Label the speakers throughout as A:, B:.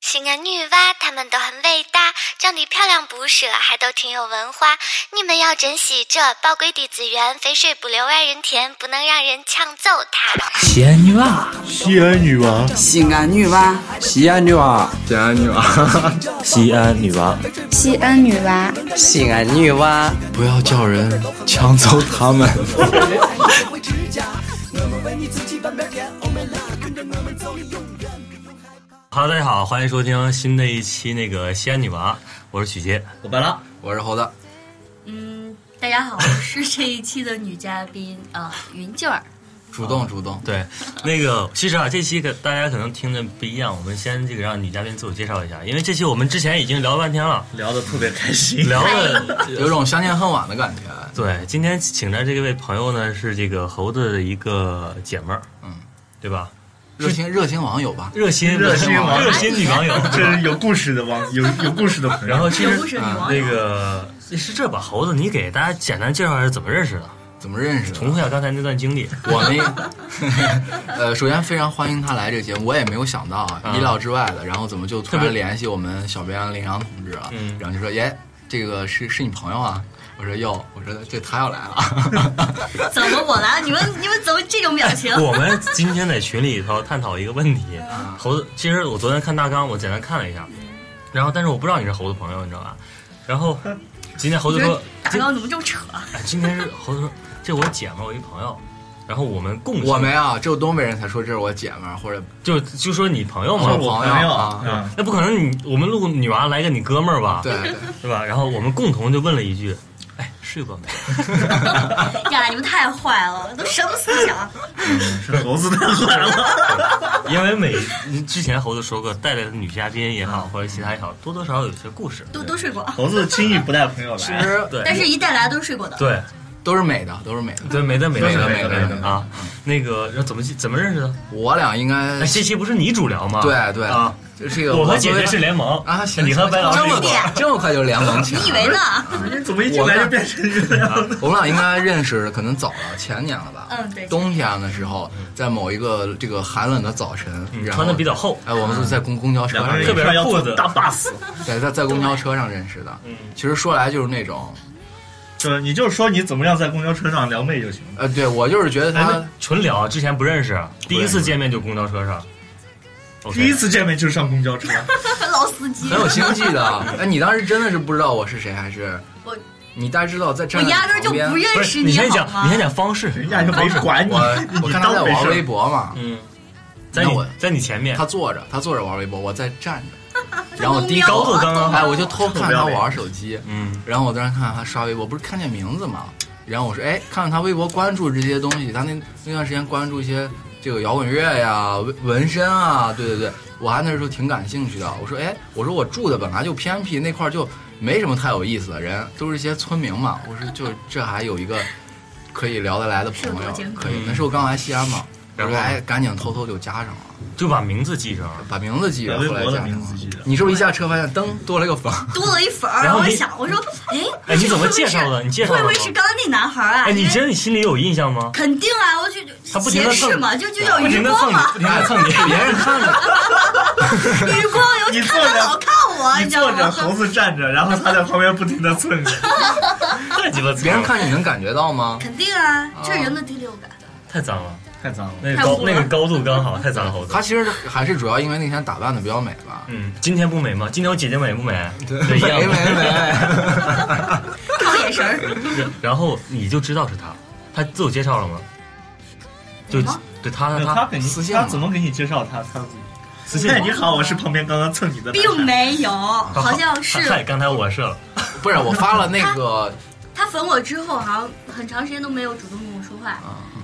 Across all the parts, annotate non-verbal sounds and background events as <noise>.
A: 型男啊女娲他们都很伟大，长得漂亮不说，还都挺有文化。你们要珍惜这宝贵的资源，肥水不流外人田，不能让人抢走它。
B: 西安女啊娃，
C: 西安女啊娃，
D: 西安女娃，
E: 西安女娃，
F: 西安女娃，
B: 西安女娃，
G: 西安女娃，
H: 西安女娃，
F: 不要叫人抢走他们。
B: 哈喽，大家好，欢迎收听新的一期那个西安女娃，我是曲杰，
E: 我白了，
F: 我是猴子。
I: 嗯，大家好，我是这一期的女嘉宾啊、呃，云静儿。
F: 主动主动，
B: 对，那个其实啊，这期可大家可能听的不一样，我们先这个让女嘉宾自我介绍一下，因为这期我们之前已经聊了半天了，
E: 聊的特别开心，
B: 聊的
F: 有种相见恨晚的感觉。
B: 对，今天请来这位朋友呢是这个猴子的一个姐们儿，嗯，对吧？
F: 热心热心网友吧，
B: 热心
C: 热心网
B: 热心女网友，
C: <laughs> 这是有故事的网有有故事的
F: <laughs>
C: 朋友。
B: 然后其
I: 有故事
B: 实
I: 的女
B: 啊
I: 网
B: 那
I: 友
B: 个是这吧，猴子，你给大家简单介绍一下怎么认识的，
F: 怎么认识的？
B: 重复一下刚才那段经历。
F: 我们 <laughs> 呃，首先非常欢迎他来这个节目，我也没有想到啊，
B: 嗯
F: 意料之外的，然后怎么就突
B: 特
F: 然
B: 别
F: 联系我们小编林阳同志了，
B: 嗯
F: 然后就说，耶，这个是是你朋友啊？我说哟，我说这他要来了，
B: <laughs>
I: 怎么我来了？你们你们怎么这种表情？
B: 我们今天在群里头探讨一个问题，
I: <laughs> 嗯
B: 猴子。其实我昨天看大纲，我简单看了一下，然后但是我不知道你是猴子朋友，你知道吧？然后今天猴子
I: 你
B: 说
I: 说，打
B: 今
I: 招怎么这么扯？ <laughs>
B: 哎今天是猴子说，这我姐们儿，我一朋友，然后我们共
F: 我
B: 们
F: 没有，只有东北人才说这是我姐们儿或者
B: 就就说你朋友
F: 是
B: 嘛，
F: 朋
C: 哦朋友
F: 啊，
C: 啊，
B: 那不可能你，我们录女娃来个你哥们儿吧？
F: 对对，
B: 是吧？然后我们共同就问了一句，哎，睡
F: <laughs>
B: 过没？
I: 呀，你们太坏了，都什么思想？
C: 是猴 <laughs> 子太坏了。
B: 因为每之前猴子说过，带来的女嘉宾也
F: 嗯
B: 好，或者其他也好，多多少少有些故事。
I: 都都睡过，
C: 猴子轻易不带朋友
F: 其
C: 来，
F: 实
B: 对，
I: 但是一带来都是睡过的。
B: 对。
F: 都是美的，都是美的。
B: 对，没得没得
F: 没得
B: 没
F: 没得
B: 得啊！那个然后怎么怎么认识的？
F: 我俩应该
B: 哎，这期不是你主聊吗？
F: 对对
B: 啊，
F: 这个
B: 我和
F: 作
B: 姐
F: 为
B: 姐是联盟
F: 啊，行
B: 你和白老师
F: 这么
B: 一伙儿
F: 快这么快就联盟起来
I: 你
F: 了，
I: 以为呢？ <laughs>
C: 怎么一进来就变成这样？ <laughs>
F: 我们俩应该认识，可能早了，前年了吧？
I: 嗯对
F: 冬天的时候，在某一个这个寒冷的早晨，
B: 嗯
F: 然后
B: 穿的比较厚，
F: 哎，我们是在公公交车上认识
B: 特别
C: 要
B: 裤
C: 做
B: 子
C: 大 bus，
F: 对，在在公交车上认识的。
B: 嗯
F: 其实说来就是那种，
C: 就是你就说你怎么样在公交车上撩妹就行了。
F: 呃，对我就是觉得
B: 哎
F: 他
B: 那纯聊，之前不认识，第一次见面就公交车上。OK
C: 第一次见面就上公交车， <laughs>
I: 老司机
F: 很，有心计的。哎，你当时真的是不知道我是谁，还是
I: 我
F: 你大概知道在
I: 我
F: 站在
I: 压根儿
F: 你
I: 就
F: 旁边
I: 不认
B: 不
I: 识
B: 是你先
I: 好
B: 讲，
I: 吗
B: 你？先讲方式。
C: 人家就没管你，
F: 我我
C: 你
F: 看他在
C: 当回
F: 玩
C: 事
F: 微
C: 儿。
F: 博嘛，
B: 嗯，在
F: 那
B: 你
F: 我
B: 在你前面，
F: 他坐着，他坐着玩微博，我在站
I: <laughs>
F: 着，然后我低
I: 啊
B: 高度刚刚
F: 哎，
B: 好。
F: 我就偷看他玩手机。
B: 嗯，
F: 然后我当时看他刷微博，不是看见名字嘛，然后我说，哎，看看他微博关注这些东西，他那那段时间关注一些这个摇滚乐呀、纹纹身啊，对对对，我还那时候挺感兴趣的。我说，哎，我说我住的本来就偏僻，那块儿就没什么太有意思的人，都是一些村民嘛。我说就这还有一个可以聊得来的朋友
I: 社交间，隔
F: 可以。那时候刚来西安嘛，我
B: 然后
F: 说哎，赶紧偷偷就加上了。
B: 就把名字记上了。
F: 把名字记着，
C: 把微
F: 后来
C: 博的
F: 加上
C: 名
F: 了
C: 字记着
F: 你是不是一下车发现
C: <laughs>
F: 灯多了个粉儿？
I: 多了一粉儿，
B: 然后
I: 我
B: 你
I: 想，我说，哎，
B: 哎你怎么
I: 会不会
B: 介绍
I: 是
B: 的你介绍
I: 会不会
B: 的吗
I: 是刚刚那男孩儿啊？
B: 哎，你
I: 因为
B: 真的心里有印象吗？
I: 肯定啊，我就就
B: 他不停地
I: 斜视
B: 蹭
I: 嘛，就就叫
B: 不
I: 余
B: 停的蹭
I: 光
B: 你，
I: 嘛
B: 不，停的蹭你，
F: <laughs> 别人看着
I: 余光有
C: 你
I: 你
C: 坐
I: 看
C: 着
I: 他老看我，
C: 你
I: 知道
C: 坐着，
I: 吗？
C: 猴子站着，然后他在旁边不停的蹭着。
B: <laughs> 太鸡巴脏了
F: 别人看你能感觉到吗？
I: 肯定啊，这人的第六感。
B: 太脏了，
C: 太脏了，
B: 那个
I: 太
B: 高
I: 污了
B: 那个高度刚好，太脏了，猴子
F: 她。其实还是主要因为那天打扮的比较美吧。
B: 嗯，今天不美吗？今天我姐姐美不美？对，一样
F: 美
B: 的
C: <laughs>
F: 美美，
I: 看我眼神儿，
B: <laughs> 然后你就知道是他，他自我介绍了吗？就
I: 有吗
B: 对他
C: 他
B: 他
C: 给你
F: 私信
C: 他
F: 吗
C: 怎么给你介绍他？他
B: 私信
C: 嗨，你好，我是旁边刚刚蹭你的男孩。
I: 并没有，
B: 啊
I: 好像是
B: 嗨，刚才我是了，
F: 不是我发了那个，
I: 他粉我之后，好像很长时间都没有主动跟我说话。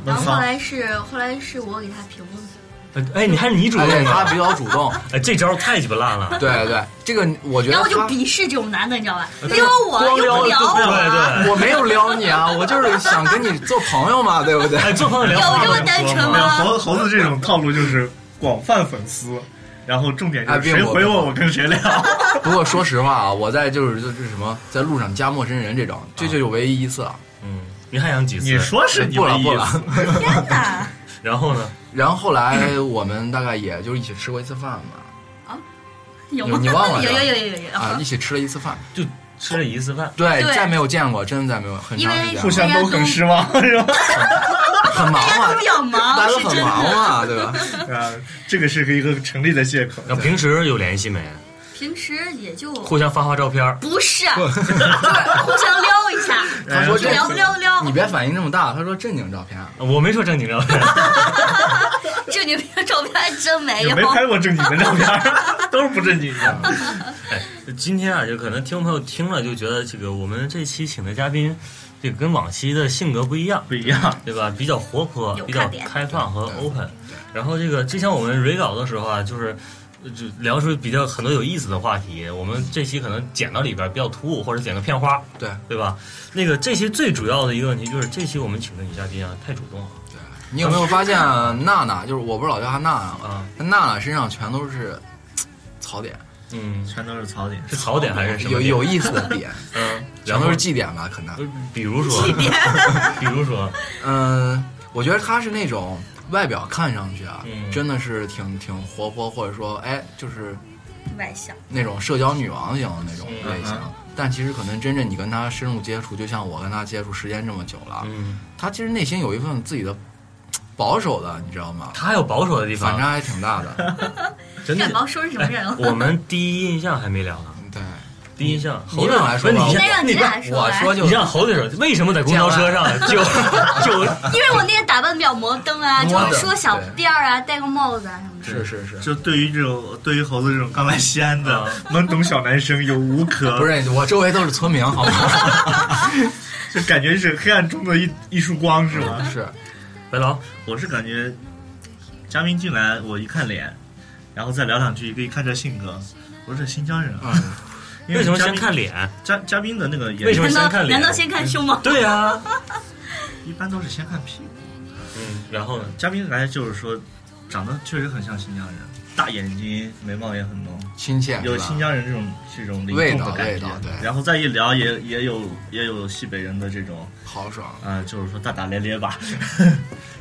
I: 然后后来是后来是我给他评论的，
B: 呃哎，你还是你主
F: 哎，对
B: 动
F: 他
B: 啊？
F: 比较主动，
C: <laughs>
B: 哎，这招太鸡巴烂了。
F: 对对对，这个我觉得
I: 然后我就
F: 她
I: 鄙视这种男的，你知道吧？
B: 对
I: 撩我
B: 光
I: 又不
B: 撩
I: 聊啊
B: 就不对
I: 我，
B: 对。
F: 我没有撩你啊，我就是想跟你做朋
C: <laughs>
F: 友嘛，对不对？
B: 哎，做朋友聊
I: 有
B: 话
I: 这
B: 吗
I: 么单纯
C: 没有
I: 吗？
C: 猴猴子这种套路就是广泛粉丝，然后重点就
F: 哎
C: 是
F: 并
C: 谁
F: 不
C: 回我我跟
F: <laughs>
C: 谁聊。
F: 不过说实话啊，我在就是就是什么，在路上加陌生人这种，这就是唯一一次啊。
B: 嗯，你还想几次？
C: 你说是你
F: 不了
C: 唯一
F: 不了。
I: 天哪！
B: 然后呢？
F: 然后后来我们大概也就是一起吃过一次饭吧。
I: 有
F: 你忘了
I: 有
F: 是吧
I: 有有有有
F: 啊，
I: 有，
F: 一起吃了一次饭，
B: 就吃了一次饭，
F: 对，
I: 对
F: 再没有见过，真的再没有，很
I: 因
F: 长时
I: 为
C: <laughs>
F: 间
C: 互
F: 了，
C: 相都很失望，是吧？
F: 很忙
I: 大家
F: 啊
I: 都比，较忙，
F: 大家都
I: 是
F: 很
I: 真
F: 忙
I: 的。
F: 啊，对吧？
C: <laughs> 啊，这个是一个成立的借口。
B: 然后平时有联系没？
I: 平时也就
B: 互相发发照片儿，
I: 不是，就是互相撩一下，
B: 哎
F: 他哎说这
I: 聊不撩不撩
F: 你，别反应这么大，他说正经照片，
B: 我没说正经照
F: <laughs>
B: 片，
I: <laughs> 正经照片还真没
C: 也
I: 有
C: 没。拍过正经的照片儿， <laughs> 都是不正经的。
B: 哎今天啊，就可能听众朋友听了就觉得这个我们这期请的嘉宾，这个跟往期的性格不一样，
C: 不一样，
B: 对吧？比较活泼，
I: 有
B: 比较
I: 看点
B: 开放和
F: 对对
B: open。然后这个之前我们 re 稿的时候啊，就是呃就聊出比较很多有意思的话题。我们这期可能剪到里边比较突兀，或者剪个片花，
F: 对
B: 对吧？那个这期最主要的一个问题就是，这期我们请的女嘉宾啊太主动了
F: 你有没有发现啊娜娜，就是我不是老叫她娜娜吗？
B: 啊，
F: 她娜娜身上全都是嘖槽点，
B: 嗯，
C: 全都是槽点。
B: 是槽点还是什么
F: 有
B: 点？
F: 有意思的
B: <laughs>
F: 点，
B: 嗯，
F: 全
B: 然
F: 都
B: 后
F: 是祭点吧，可能。
B: 比如说， <laughs> 比如说，
F: 嗯，我觉得她是那种外表看上去啊，
B: 嗯
F: 真的是挺挺活泼，或者说哎，就是
I: 外向，
F: 那种社交女王型的那种
B: 嗯
F: 类型。
C: 嗯
F: 但其实可能真正你跟她深入接触，就像我跟她接触时间这么久了，
B: 嗯，
F: 她其实内心有一份自己的嘖保守的，你知道吗？
B: 他还有保守的地
F: 反
B: 方，
F: 差还挺大的。
B: 真
I: 干
B: 的
I: 嘛。说是什么人了？啊
B: 我们第一印象还没聊呢，
F: 对，
B: 第一印象，
F: 你
B: 猴子
F: 你来说
B: 不
F: 吧
B: 是你
I: 先让
B: 先，
I: 你
B: 你
I: 俩说啊
F: 我
I: 来，
F: 说就
B: 你让猴子说，为什么在公交车上就就
I: 因为我那天打扮比较摩登啊，就
F: 摩登
I: 是梳小辫儿啊，戴个帽子啊什么的。
F: 是是
C: <laughs>
F: 是。
C: 就对于这种，对于猴子这种刚来西安的
B: 啊
C: 懵懂小男生有无可，
F: 不是，我周围都是村民，好吗？
C: 就感觉是黑暗中的一一束光，是吗？
F: 是，
B: 白狼？
D: 我是感觉嘉宾进来，我一看脸，然后再聊两句，一个一看这性格，我说这新疆人啊，
F: 嗯，
D: 因为
B: 为什么
D: 嘉
B: 先
D: 宾
B: 看脸？
D: 嘉嘉宾的那个也
B: 为什么
I: 难
B: 先
I: 道
B: 看脸？
I: 难道先看胸吗？
B: 对呀，
D: 一般都是先看屁股，
B: 嗯，然后呢？
D: 嘉宾来就是说长得确实很像新疆人，大眼睛，眉毛也很浓，
F: 亲切
D: 有
F: 是吧
D: 新疆人这种这种灵
F: 味
D: 动
F: 道
D: 的感
F: 味
D: 觉
F: 道对，
D: 然后再一聊也也有也有西北人的这种
F: 豪爽。
D: 啊、呃就是说大大咧咧吧， <laughs>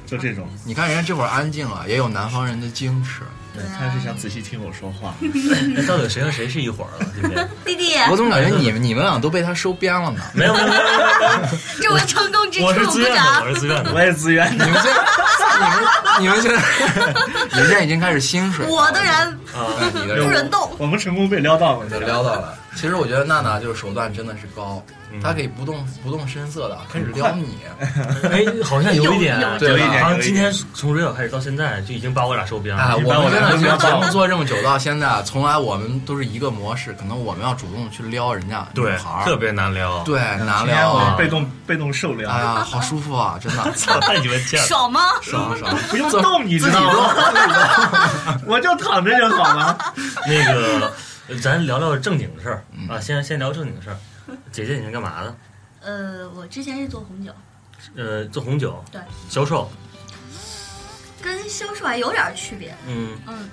D: 就这种，
F: 你看人家这会儿安静了，也有南方人的矜持。
D: 对，他是想仔细听我说话。
B: 那到底谁和谁是一伙儿了？对不对？
I: 弟弟，
F: 我怎么感觉你们你们俩都被他收编了呢？ <laughs>
B: 没有没有没有没有，
I: 这位成功之处，
B: <laughs> 我是自
I: 鼓
B: 愿的，
I: 掌。
B: 我是自愿的。
D: 我也自愿的，
F: 你们现在，你们你们现在，人家已经开始薪水了。
I: 我的人
B: 啊
F: 对，你的
I: 不
F: 人
I: 准动，
C: 我们成功被撩到了，
F: 撩到了。其实我觉得娜娜就是手段真的是高，
B: 嗯
F: 她可以不动不动声色的开始撩你。
B: 哎，好像有一点，啊
F: 对
C: 有
F: 吧
C: 一点
B: 好
C: 有
B: 像
C: 一
B: 今
C: 点
B: 天从 real 开始到现在，就已经把我俩收编
F: 哎，
B: <laughs> 了。
F: 我们真的
C: 一
F: 觉
C: 般我们
F: 得咱们做这么久到现在，从来我们都是一个模式，可能我们要主动去撩人家女
B: 对
F: 孩，儿，
B: 特别难聊。
F: 对难
C: 今天
F: 撩
C: 我们
F: 啊。
C: 被动被动受撩，
F: 哎
D: <laughs>
F: 呀，好舒服啊， <laughs> 真的，
B: 操，太你们贱了！
I: 爽吗？
F: 爽爽，
C: 不用动，你
F: 自
C: 知
F: 己
C: 道
D: <laughs>
C: 吗？
F: 动。
C: 我就躺着就好
F: <laughs>
C: 了。
B: 那个，呃咱聊聊正经的事儿啊，先先聊正经的事儿。姐姐，你是干嘛的？
I: 呃，我之前是做红酒，
B: 呃，做红酒，
I: 对，
B: 销售，
I: 跟销售还有点区别。
B: 嗯，
I: 嗯，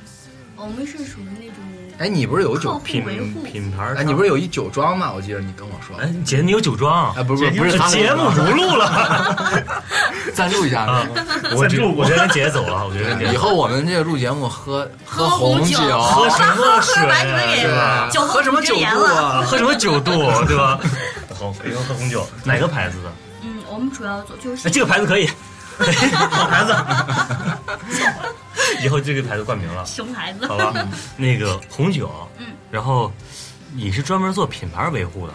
I: 我们是属于那种
F: 哎，你不是有
I: 客
F: 酒
B: <laughs>
I: 户
B: 品
I: 维护。
B: 品牌儿商。
F: 哎，你不是有一酒庄吗？我记得你跟我说。
B: 哎，姐，你有酒庄？
F: 哎，不是不是，不是
B: 节目啊 <laughs> 不录了
F: 赞助一下
B: 啊
F: 你。！
B: 我
C: 赞
B: 觉
C: 助
B: 我觉得姐走 <laughs> 了，啊我觉得姐走
F: 以
B: 了
F: 后我们这个录节目喝
I: 喝
F: 红
I: 红酒
B: 喝什么水
I: 喝白酒
B: 啊
I: 也
B: 是吧？
I: 酒
F: 喝什么酒
I: 红之言
F: 度啊？
B: 喝什么酒度，对吧？好，以后喝红酒，哪个牌子的？
I: 嗯，我们主要做就是
B: 哎，这个牌子可以，
C: 好孩子，
B: <laughs> 以后这个牌子冠名了，
I: 熊孩子
B: 好。吧？那个红酒，
I: 嗯，
B: 然后你是专门做品牌维护的，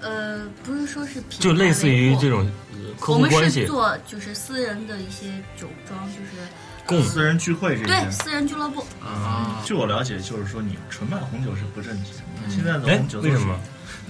I: 呃，不是说是品牌
B: 就类似于
I: 维护
B: 这种呃客
I: 我
B: 户
I: 们
B: 关
I: 是
B: 系
I: 做就是私人的一些酒庄，就是
B: 供
C: 私人聚会这些
I: 对。私人俱乐部，
F: 嗯啊，
D: 嗯据我了解，就是说你纯卖红酒是不正经的。
F: 嗯
D: 现在的
B: 哎
D: 红酒，都
B: 为
D: 是
B: 什么？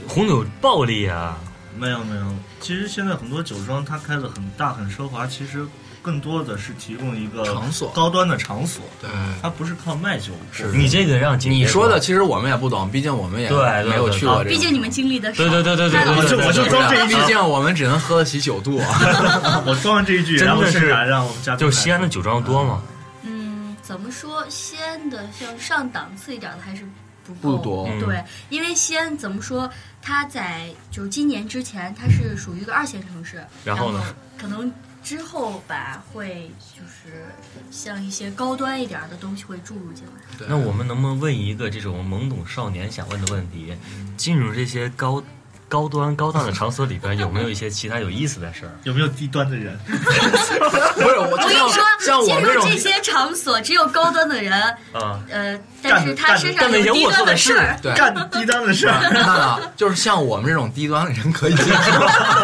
B: 红酒暴利啊？
D: 没有没有？其实现在很多酒庄它开的很大很奢华，其实更多的是提供一个
F: 场所
D: 高端的场所，
F: 对。
D: 它不是靠卖酒。
F: 是
B: 你这个让姐姐
F: 你说的，其实我们也不懂，毕竟我们也
B: 对对对啊
F: 没有去过这个。
I: 毕竟你们经历的少。
B: 对对对对对
I: 太老
B: 对，
I: 实
B: 对
C: 我就我就
B: 对
C: 装这一
F: 毕
C: 句
F: 竟我们只能喝得起酒
B: <laughs>
F: 度啊。
D: 我装完这一句，
B: 真的
D: 然后剩
B: 是
D: 下让我们家
B: 就是西安的酒庄多吗？
I: 嗯，怎么说？西安的像上档次一点的还是不
F: 不
I: 够
F: 多
B: 嗯
I: 对，因为西安怎么说？它在就是今年之前，它是属于一个二线城市。
B: 然后呢？
I: 可能之后吧，会就是像一些高端一点儿的东西会注入进来。
F: 对
B: 那我们能不能问一个这种懵懂少年想问的问题？进入这些高高端高档的场所里边，有没有一些其他有意思的事儿？
D: 有没有低端的人？
F: 不是我
I: 我跟
F: 就
I: 你说
F: 像，像我
I: 进
F: 们这
I: 入
F: 种
I: 这些场所，只有高端的人，
B: 啊，
I: 呃，但是他身上
B: 干得
I: 有
B: 赢
I: 低
B: 我
I: 端
B: 做的
I: 事儿。
F: 对，
D: 干低端的事
F: <laughs>
D: 儿，
F: 那啊就是像我们这种低端的人可
B: <laughs>
F: 以进去，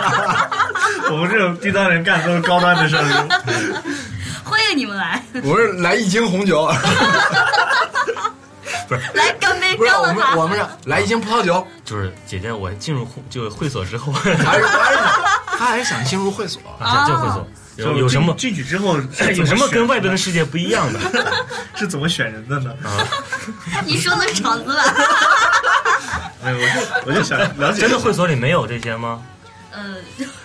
D: <laughs> 我们这种低端人干的都是高端的事儿。
I: 欢迎你们
B: <laughs>
I: 来，
F: 我是来一斤红
I: <laughs>
F: 酒，
I: 来干杯，
F: 不是
I: 干
F: 我
I: 了
B: 啊
F: 们我
I: 他！
F: 们是来一斤葡萄酒，
B: 就是姐姐，我进入会就会所 <laughs> 之后，
F: 还是还是他还是想进入会所，
B: 啊，就会所 <laughs> 有有什么
D: 进去之后是
B: 有什么跟外边啊的
D: 的
B: 世界不一样的？ <laughs>
D: 是怎么选人的呢？
I: 你说的场
B: <laughs>
I: 子吧？
D: 哎，我就我就想了解
B: 真的会所里没有这些吗？
I: 呃，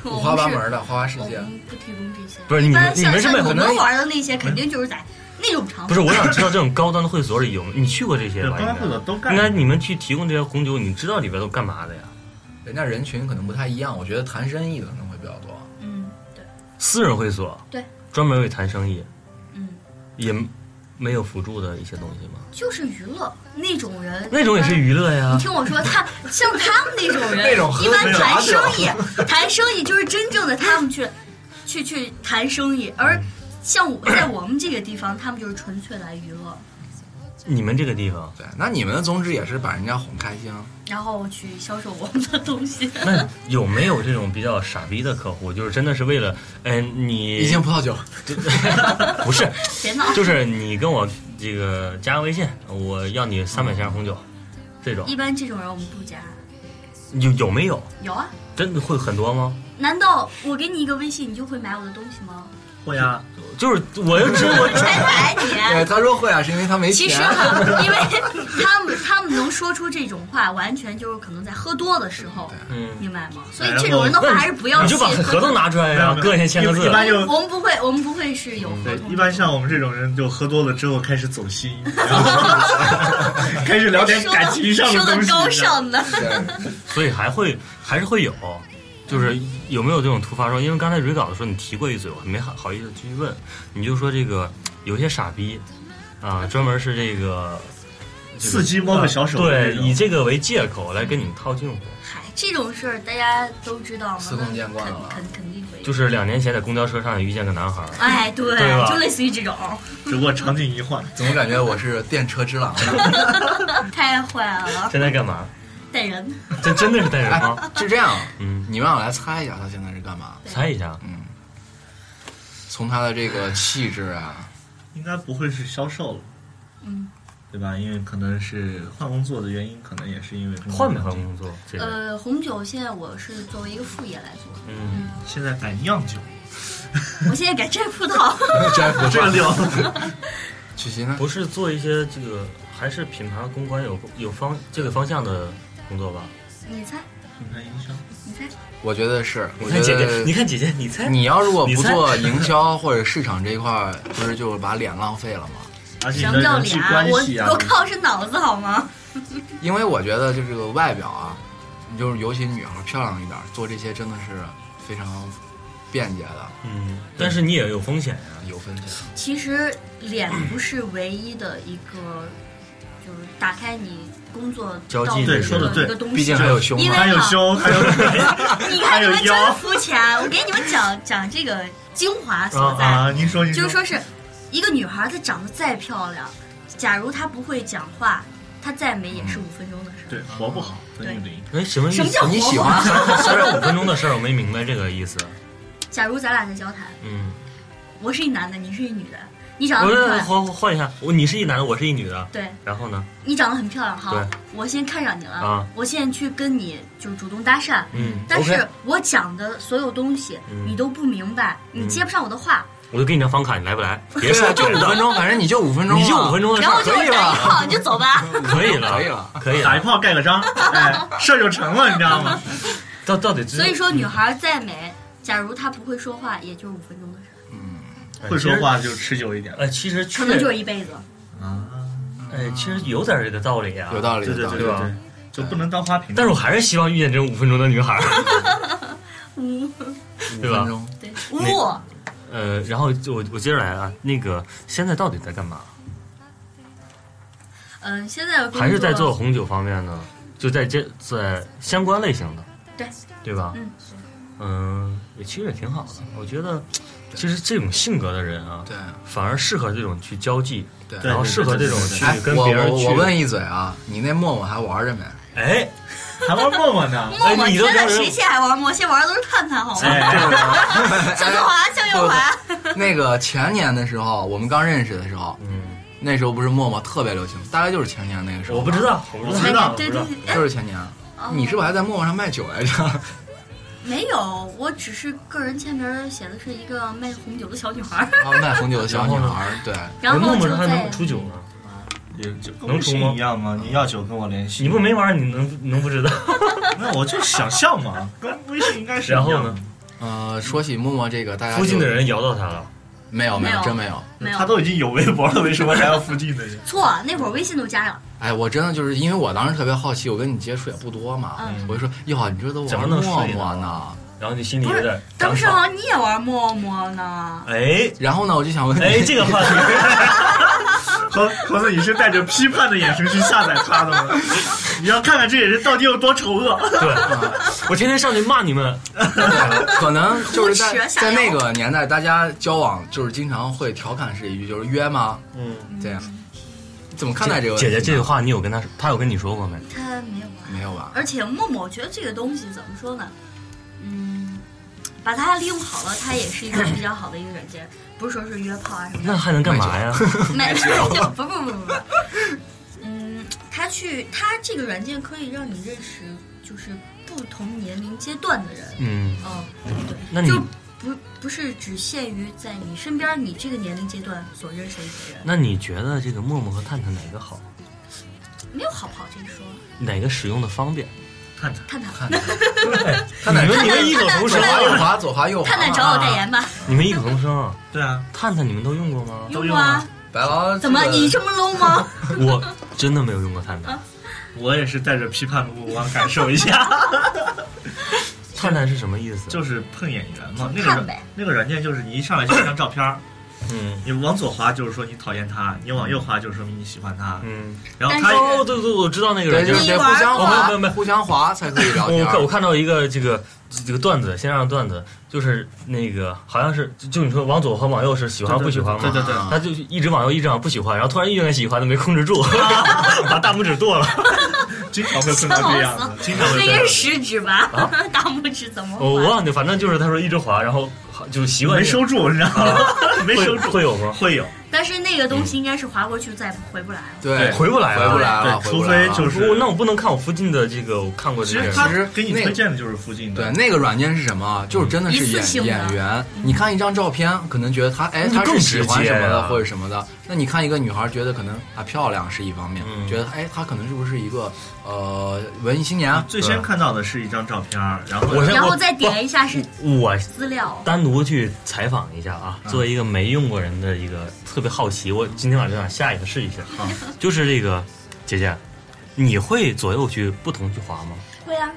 F: 五
I: <laughs> 我
F: 花八
I: 们是
F: 门的花花世
I: 我
F: 界。
I: 们不提供这些。
B: 不是你们
I: 但
B: 你们是
I: 像
B: 没
I: 像
B: 有
I: 我
B: 可能
I: 们玩的那些，肯定就是在那种场所。
B: 不是，我想知道这种高端的会所里有你去过这些
D: 对
B: 吧？
D: 高端会所都
B: 应该
D: 干
B: 应该你们去提供这些红酒，你知道里边都干嘛的呀？
F: 人家人群可能不太一样，我觉得谈生意的可能会比较多。
I: 嗯，对，
B: 私人会所
I: 对，
B: 专门为谈生意，
I: 嗯，
B: 也没有辅助的一些东西吗？
I: 就是娱乐那种人，
B: 那种也是娱乐呀
I: 你。听我说，他像他们那种人，
F: 那种喝
I: 一般
F: 没有
I: 谈
F: 拿
I: 生
F: 酒
I: 意，谈生意就是真正的他们去，去去谈生意，而像我在我们这个地方，他们就是纯粹来娱乐，
B: 你们这个地方，
F: 对，那你们的宗旨也是把人家哄开心啊。
I: 然后去销售我们的东西。
B: 那有没有这种比较傻逼的客户？就是真的是为了，哎，
F: 一
B: 你
F: 斤葡萄酒，
B: <laughs> 不是，
I: 别闹，
B: 就是你跟我这个加微信，我要你三百箱红酒，这种
I: 一般这种人我们不加。
B: 有有没有？
I: 有啊，
B: 真的会很多吗？
I: 难道我给你一个微信，你就会买我的东西吗？
D: 会啊呀，
B: 就是我就知
I: <laughs>
B: 我
I: 才买
F: <laughs>
I: 你、
F: 对，他说会啊，是因为他没
I: 哎其
F: 钱。
I: 实 <laughs> 很，因为他们他们能说出这种话，完全就是可能在喝多的时候，
B: 嗯，
I: 明白吗？所以
D: 哎
I: 这种人的话
B: 那你
I: 还是不要
B: 你
I: 信
B: 就。把合同拿出来呀，
D: 没有没有
B: 各先签个字
D: 一。般就
I: 我们不会，我们不会是有合
D: 对，
I: 同。
D: 一般像我们这种人，就喝多了之后开始
B: <laughs>
D: 走心，然后开始聊点
I: 说
D: 感情上
I: 说
D: 的东
I: 的
D: 西。
I: 高尚的，
F: 对
B: 所以还会还是会有，就是有没有这种突发状况？因为刚才蕊稿的时候你提过一嘴，我还没好好意思继续问，你就说这个有些傻逼啊，专门是这个
D: 伺机摸个小手的那
B: 对，
D: 种
B: 以这个为借口来跟你套近乎。
I: 嗨，这种事儿大家都知道吗？
F: 司空见惯了
I: 肯肯肯定会。
B: 就是两年前在公交车上遇见个男孩儿，
I: 哎，对
B: 对吧，
I: 就类似于这种，啊
D: 只不过场景一换，
F: 总感觉我是电车之狼。 <laughs>
I: 太坏了，
B: 现在干嘛？
I: 带人。
B: 这真的是带人吗？
D: <laughs>
F: 哎，是这样，
B: 嗯，
F: 你们让我来猜一下他现在是干嘛？
B: 猜一下，
F: 嗯，从他的这个气质啊，
D: 应该不会是销售了，
I: 嗯，
D: 对吧？因为可能是换工作的原因，可能也是因为工作
B: 换没换工作？这个，
I: 呃，红酒现在我是作为一个副业来做，
B: 嗯，
D: 现在改酿酒，
I: 我现在改摘葡萄， <laughs>
F: 摘葡
D: 这个料
F: 曲奇呢？
B: 不是做一些这个，还是品牌公关有有方这个方向的工作吧？
I: 你猜，
D: 品牌营销，
I: 你猜，
F: 我觉得是，
B: 你
F: 我
D: 呃
B: 看
F: 觉
B: 姐姐，你
F: 得。
B: 看姐姐，你猜，
F: 你要如果
B: 你
F: 不
B: 猜
F: 做营销或者市场这一块儿，不是就把脸浪费了吗？
D: 而且
I: 什么
D: 你的
I: 叫
D: 人际
I: 脸啊？
D: 关系啊
I: 我我，靠，是脑子好吗？
F: 因为我觉得就这个外表啊，你就是尤其女孩漂亮一点儿，做这些真的是非常便捷的，
B: 嗯，但是你也有风险呀、
F: 有分钱。
I: 其实脸不是唯一的一个，就是打开你工作
B: 交际
I: 道路
B: 对
I: 的
B: 说
D: 得对
I: 一个东西，
F: 毕竟还有胸
I: 因为
F: 嘛。
D: 还有
I: 啊
D: 胸，
I: <laughs>
D: 还有
I: 你
D: 还
I: 看你
D: 有
I: 们
D: 腰
I: 真肤浅，啊我给你们讲讲这个精华所在，
D: 啊，您说您
I: 就是说是一个女孩她长得再漂亮，假如她不会讲话，她再美也是五分钟的事儿。
D: 对活不好，的女的，
B: 哎，什么意
I: 什么
B: 思？
I: 叫
F: 你喜
I: 活
F: 欢
I: 法？
B: 三十五分钟的事儿，我没明白这个意思。
I: 假如咱俩在交谈，
B: 嗯，
I: 我是一男的，你是一女的，你长
B: 我
I: 得很漂
B: 是
I: 亮，
B: 换换一下，我你是一男的，我是一女的，
I: 对。
B: 然后呢？
I: 你长得很漂亮，好
B: 对，
I: 我先看上你了，
B: 啊
I: 我现在去跟你就是主动搭讪，
B: 嗯
I: 但是
F: OK
I: 我讲的所有东西、
B: 嗯
I: 你都不明白，你接不上我的话，
B: 我就给你张房卡，你来不来？别
F: 对
B: 说
F: 啊，就五分钟，反正你就五分钟啊嘛，
B: 你就五分钟的事
I: 然后
B: 儿，
I: 就
F: 可以
I: 是打一
F: 了
B: 啊
I: 炮你就走
B: <laughs>
I: 吧。
B: 可以
I: <laughs>
B: 了，
F: 可以了，
B: 可以啊
D: 打一
B: 了。
D: 炮盖个章，哎，事儿就成了，你知道吗？
B: 到到底
I: 所以说，女孩再美，假如她不会说话，也就是五分钟的事，
D: 会说，话就持久一点
B: 哎其实哎，其实
I: 可能就
B: 确
I: 是一辈子。
D: 啊，
B: 哎，其实有点这个道理啊，
F: 有道理，
D: 对对
F: 有道
D: 对
F: 理
D: 对
B: 吧
D: 对，就不能当花瓶。
B: 但是我还是
I: <laughs>
B: 希望遇见这种五分钟的女孩儿，
I: 五
F: 五
B: 对吧
F: 分钟，
I: 对五，
B: 呃，然后就我我接着来啊，那个现在到底在干嘛？
I: 嗯，现在的工作
B: 还是在做红酒方面呢？就在这在相关类型的，
I: 对
B: 对吧？
I: 嗯，
B: 嗯，也其实也挺好的。我觉得，其实这种性格的人啊，
F: 对
B: 反而适合这种去交际，
F: 对
B: 然后适合这种去
F: 哎，
B: 跟
F: 我
B: 别人
F: 我
B: 去。
F: 我问一嘴啊，你那陌陌还玩
B: <laughs>
F: 着没？
B: 哎，
D: 还玩陌陌呢哎
I: 陌陌，
B: 哎你
I: 现
B: 都
I: 在
B: 叫人哎
I: 谁现在还玩陌陌？现在玩的都是探探，好吗？向右滑，向右滑。
F: 那个前年的时候，我们刚认识的时候，
B: 嗯，
F: 那时候不是陌陌特别流行，大概就是前年那个时候。
B: 我不知，道，我不知道，哦
D: 知道
I: 对对
D: 我知道
I: 对，哎
F: 就是前年。你是不是还在陌陌上卖酒来
B: <laughs>
F: 着？
I: 没有，我只是个人签名写的是一个卖红酒的小女孩儿，
F: 然后卖红酒的小女孩儿，对，
I: 然后
B: 人陌
I: 就
B: 陌上还
I: 在
B: 能出酒呢，也就
D: 跟
B: 能
D: 微
B: 出
D: 信
B: 吗
D: 一？样吗？你要酒跟我联系，
B: 你不没玩儿，你能你能不知道？
D: 那我就想象嘛，跟微信应该是一
B: 然
D: 样的
B: 后呢？，
F: 呃，说起陌陌这个，大家就
B: 附近的人摇到他了，
F: 没有没
I: 没
F: 有
I: 有
F: 真没有。
I: 没
D: 他
I: 有
D: 都已经有微博了，为什么还要附近的人？
I: 错，那会儿微信都加上，
F: 哎，我真的就是因为我当时特别好奇，我跟你接触也不多嘛，
I: 嗯
F: 我就说哟，你这都
B: 怎
F: 玩
B: 么能
F: 陌
B: 睡
F: 陌
B: 呢
F: 呢？
B: 然后你心里
I: 不
B: 有
I: 是
B: 点，
I: 当时
B: 想
I: 好
B: 法
I: 像你也玩陌陌呢，
D: 哎
F: 然后呢，我就想问你，
D: 哎，这个话题，
C: 何何子，你是带着批判的眼神去下载他的吗？
D: 你要看看这人到底有多丑恶。
B: <laughs> <laughs> 对，我天天上去骂你 <laughs> 们，
I: <laughs>
F: 可能就是
I: 无耻
F: 在
I: 啊
F: 在
I: 想要
F: 那个年代，大家交往就是经常会调侃是一句，就是约吗？
B: 嗯，
F: 这样，怎么看待这个问题
B: 姐
F: 呢？
B: 姐这句话你有跟他，他有跟你说过没？
I: 他没有玩。
F: 没有吧？
I: 而且陌陌，我觉得这个东西怎么说呢？嗯，把它利用好了，它也是一个比较好的一个软件，不是说是约炮啊什么
B: 那还能干嘛呀？
I: <laughs> 的，没有，就不不不不不，嗯，它去它这个软件可以让你认识就是不同年龄阶段的人，
B: 嗯，
I: 嗯，对，
B: 那你
I: 就不不是只限于在你身边你这个年龄阶段所认识的一些人，
B: 那你觉得这个陌陌和探探哪个好？
I: 没有好不好这一说，
B: 哪个使用的方便？
D: 探探，
I: 探探
F: 看看哪
B: 你
F: 个
B: 们你们异口同
F: 左
B: 声啊，
F: 滑右滑，左滑右滑。啊
I: 探探找我代言吧，
B: 你们异口同声啊，
D: 对啊，
B: 探探你们都用过
D: <laughs>
B: 吗？
D: 都
I: 过
D: 用啊
I: 啊？
F: 白劳
I: 怎么你这么 low
D: <laughs>
I: 吗？
B: 我真的没有用过探探，
D: 啊我也是带着批判的目光感受一下， <laughs>
B: 探探是什么意思？
D: 就是碰眼缘嘛。那个
I: 看
D: 软
I: 呗
D: 那个软件就是你一上来就一张照片儿，
B: 嗯
D: 你往左滑就是说你讨厌他，你往右滑就是说明你喜欢他。
B: 嗯，
D: 然后
I: 但
D: 他
I: 是
B: 哦，对对，我知道那个
F: 对，
B: 软
F: 就
B: 件
F: 是。得
I: 你
F: 互
I: 玩
F: 相
I: 过
B: 吗
F: 滑
B: 没有没有没，有
F: 互相滑才可以聊
B: 我
F: 天。
B: 看我看到一个这个这个段子，线上段子，就是那个好像是就就你说往左和往右是喜欢
D: 对对
B: 不喜欢嘛？
D: 对对对
B: 他就一直往右，一直往不喜欢，然后突然遇见喜欢的没控制
D: <laughs>
B: 住，把大拇指剁了。
D: 经常会
I: <laughs>
D: 碰到这样的，经常会
I: 那
D: 碰
I: 应
D: 到
I: 该是
D: 这啊哦
I: 食指吧？ <laughs> 大拇指怎么
B: 我我
I: 画？
B: 忘记，反正就是他说一直滑，然后好就习
D: 样的
B: 惯
D: 没
B: 性
D: 收住，你知道吗？没收
B: 会
D: 住
B: 啊会有吗？
D: 会有，
I: 但是那个东西应该是划过去再回不来了。
F: 对，
B: 回不来了
F: 回不来
B: 啊
F: 了，
D: 对，
F: 回
D: 除
F: 不来
D: 非
F: 了
D: 就
B: 我
D: 是
B: 那我不能看我附近的这个，我看过
D: 其
B: 这
D: 实
B: 个。
D: 他
F: 其实
D: 给你
F: 那
D: 推荐的就是附近
F: 对
B: 嗯
D: 的，，
F: 那个软件是什么？啊就是真的是
I: 一次性
F: 演
I: 的
F: 演员。你看一张照片，可能觉得他哎，
B: 嗯那就
F: 他是
B: 更
F: 喜欢
B: 直接
F: 什么的
B: 啊
F: 或者什么的。那你看一个女孩，觉得可能啊漂亮是一方面，
B: 嗯
F: 觉得哎她可能是不是一个呃文艺青年？
D: 最先看到的是一张照片儿，然后
B: 我先
I: 然后再点一下是
B: 我
I: 资
D: <laughs>
I: 料，
B: 单独去采访一下啊，
I: 嗯
B: 作为一个没用过人的一个特别好奇，我今天晚上想下一个试一下
I: 嗯
B: 啊，就是这个姐姐，你会左右去不同去滑吗？
I: 会啊，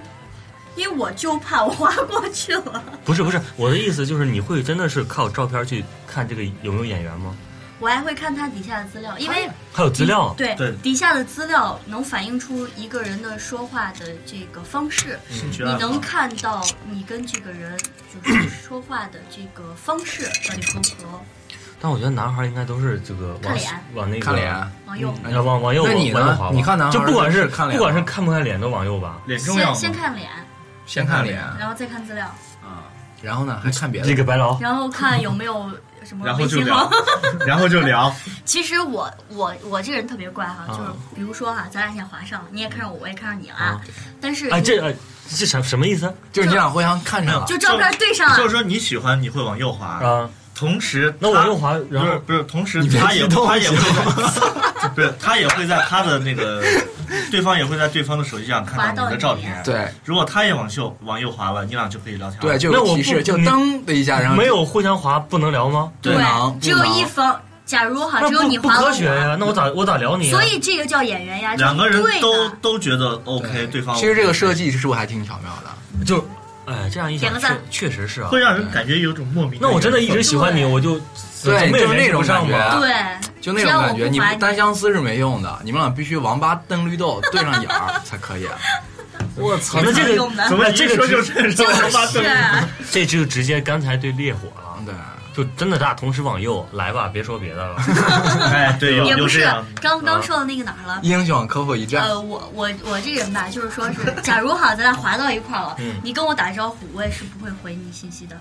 I: 因为我就怕我划过去了。 <laughs>
B: 不是不是，我的意思就是你会真的是靠照片去看这个有没有演员吗？
I: 我还会看它底下的资料，因为
B: 还有资料，
I: 嗯对
D: 啊对
I: 底下的资料能反映出一个人的说话的这个方式，
D: 兴趣
I: 你
D: 爱
I: 能
D: 好，
I: 看到你跟这个人就是说话的这个方式到底合不合。
B: 但我觉得男孩应该都是这个往
I: 看脸啊
B: 往那个
F: 看脸，
I: 往右，
B: 嗯，要往往右
F: 那你呢
B: 往右滑吧
F: 你看男孩
B: 就不管
F: 是
B: 是
F: 看脸
B: 不管是
F: 吗
B: 看不看脸都往右吧。
D: 脸重要
I: 先先
D: 吗？
I: 看脸，
F: 先看脸，
I: 然后再看资料，
F: 然后呢还看别的
B: 这。个白劳，
I: 然后看有没有什么
D: 然后
I: 微
D: 就
I: 信
D: 聊
I: 号。，
D: <laughs> 然后就聊，
I: <laughs> 其实我我我这人特别怪哈、
B: 啊
I: 就是比如说哈、咱俩先划上了，你也看上我，我也看上你了、
B: 啊
I: 但是
B: 哎，
I: 你
B: 这哎这什什么意思
F: 就是你俩互相看上了，
I: 就照片对上了，
D: 就是说你喜欢你会往右滑，
B: 啊？
D: 同时
B: 那我
D: 他
B: 右滑，然
D: 不是
B: 后
D: 不是，同时
F: 你别
D: 他也
F: 激动
D: 他也会
F: 行
D: 在， <laughs> 不是他也会在他的那个，对方也会在对方的手机上
I: 滑
D: 看到
I: 到
D: 你的
I: 你
D: 照片。，
F: 对
D: 如果他也往右往右滑了，你俩就可以聊天。
F: 对，，就
B: 那
F: 有
B: 我
F: 提
B: 不
F: 示，就
B: 你
F: 噔的一啊下，然后
B: 没有互相滑不能聊吗？
I: 对
F: 不能，
I: 只有
F: 不能
I: 一方。假如哈，
B: 那
I: 啊只有你
B: 不不
I: 划了
B: 科
I: 我，
B: 学呀，那我咋我咋聊你啊？
I: 所以这个叫演员呀，
D: 两个
I: 这
D: 人
I: 是对的
D: 都都觉得 OK，
F: 对
D: 对方
F: 其实这个设计是不是还挺巧妙的？
B: 就哎，这样一
I: 点
B: 想
I: 个
B: 确
I: 赞
B: 确实是啊
D: 会。让人感觉有种莫名。
B: 那我真的一直喜欢你，
I: 对
B: 我就
F: 对
B: 怎么也
F: 就是那
B: 联系不
F: 种
B: 上
F: 感觉
B: 吧。
F: 啊
I: 对，
F: 就那
I: 只
F: 种
I: 要
F: 感
I: 我
F: 觉，
I: 不
F: 你
I: 烦
F: 们单相思是没用的，你们俩必须王八瞪绿豆，对上眼儿才可以。啊
B: 我操，那
I: 挺
B: 这
I: 有
B: 个
I: 用的
D: 怎么
B: 哎
D: 一
B: 这个
D: 说
B: 直
D: 就是
I: 就
D: 这么
I: <laughs>
D: 妈 <laughs>
I: 是
D: 的。
B: 这就直接刚才对烈火了，
F: <laughs> 对，
B: 就真的大同时往右来吧，别说别的了。
I: <laughs>
D: 哎，对，有
I: 也不
D: 有这
I: 是
D: 样。啊
I: 刚刚说到那个哪儿了？
F: 英雄可否一战？
I: 呃，我我我这人吧，就是说是，假如哈，咱俩滑到一块儿了，你跟我打招呼，我也是不会回你信息的，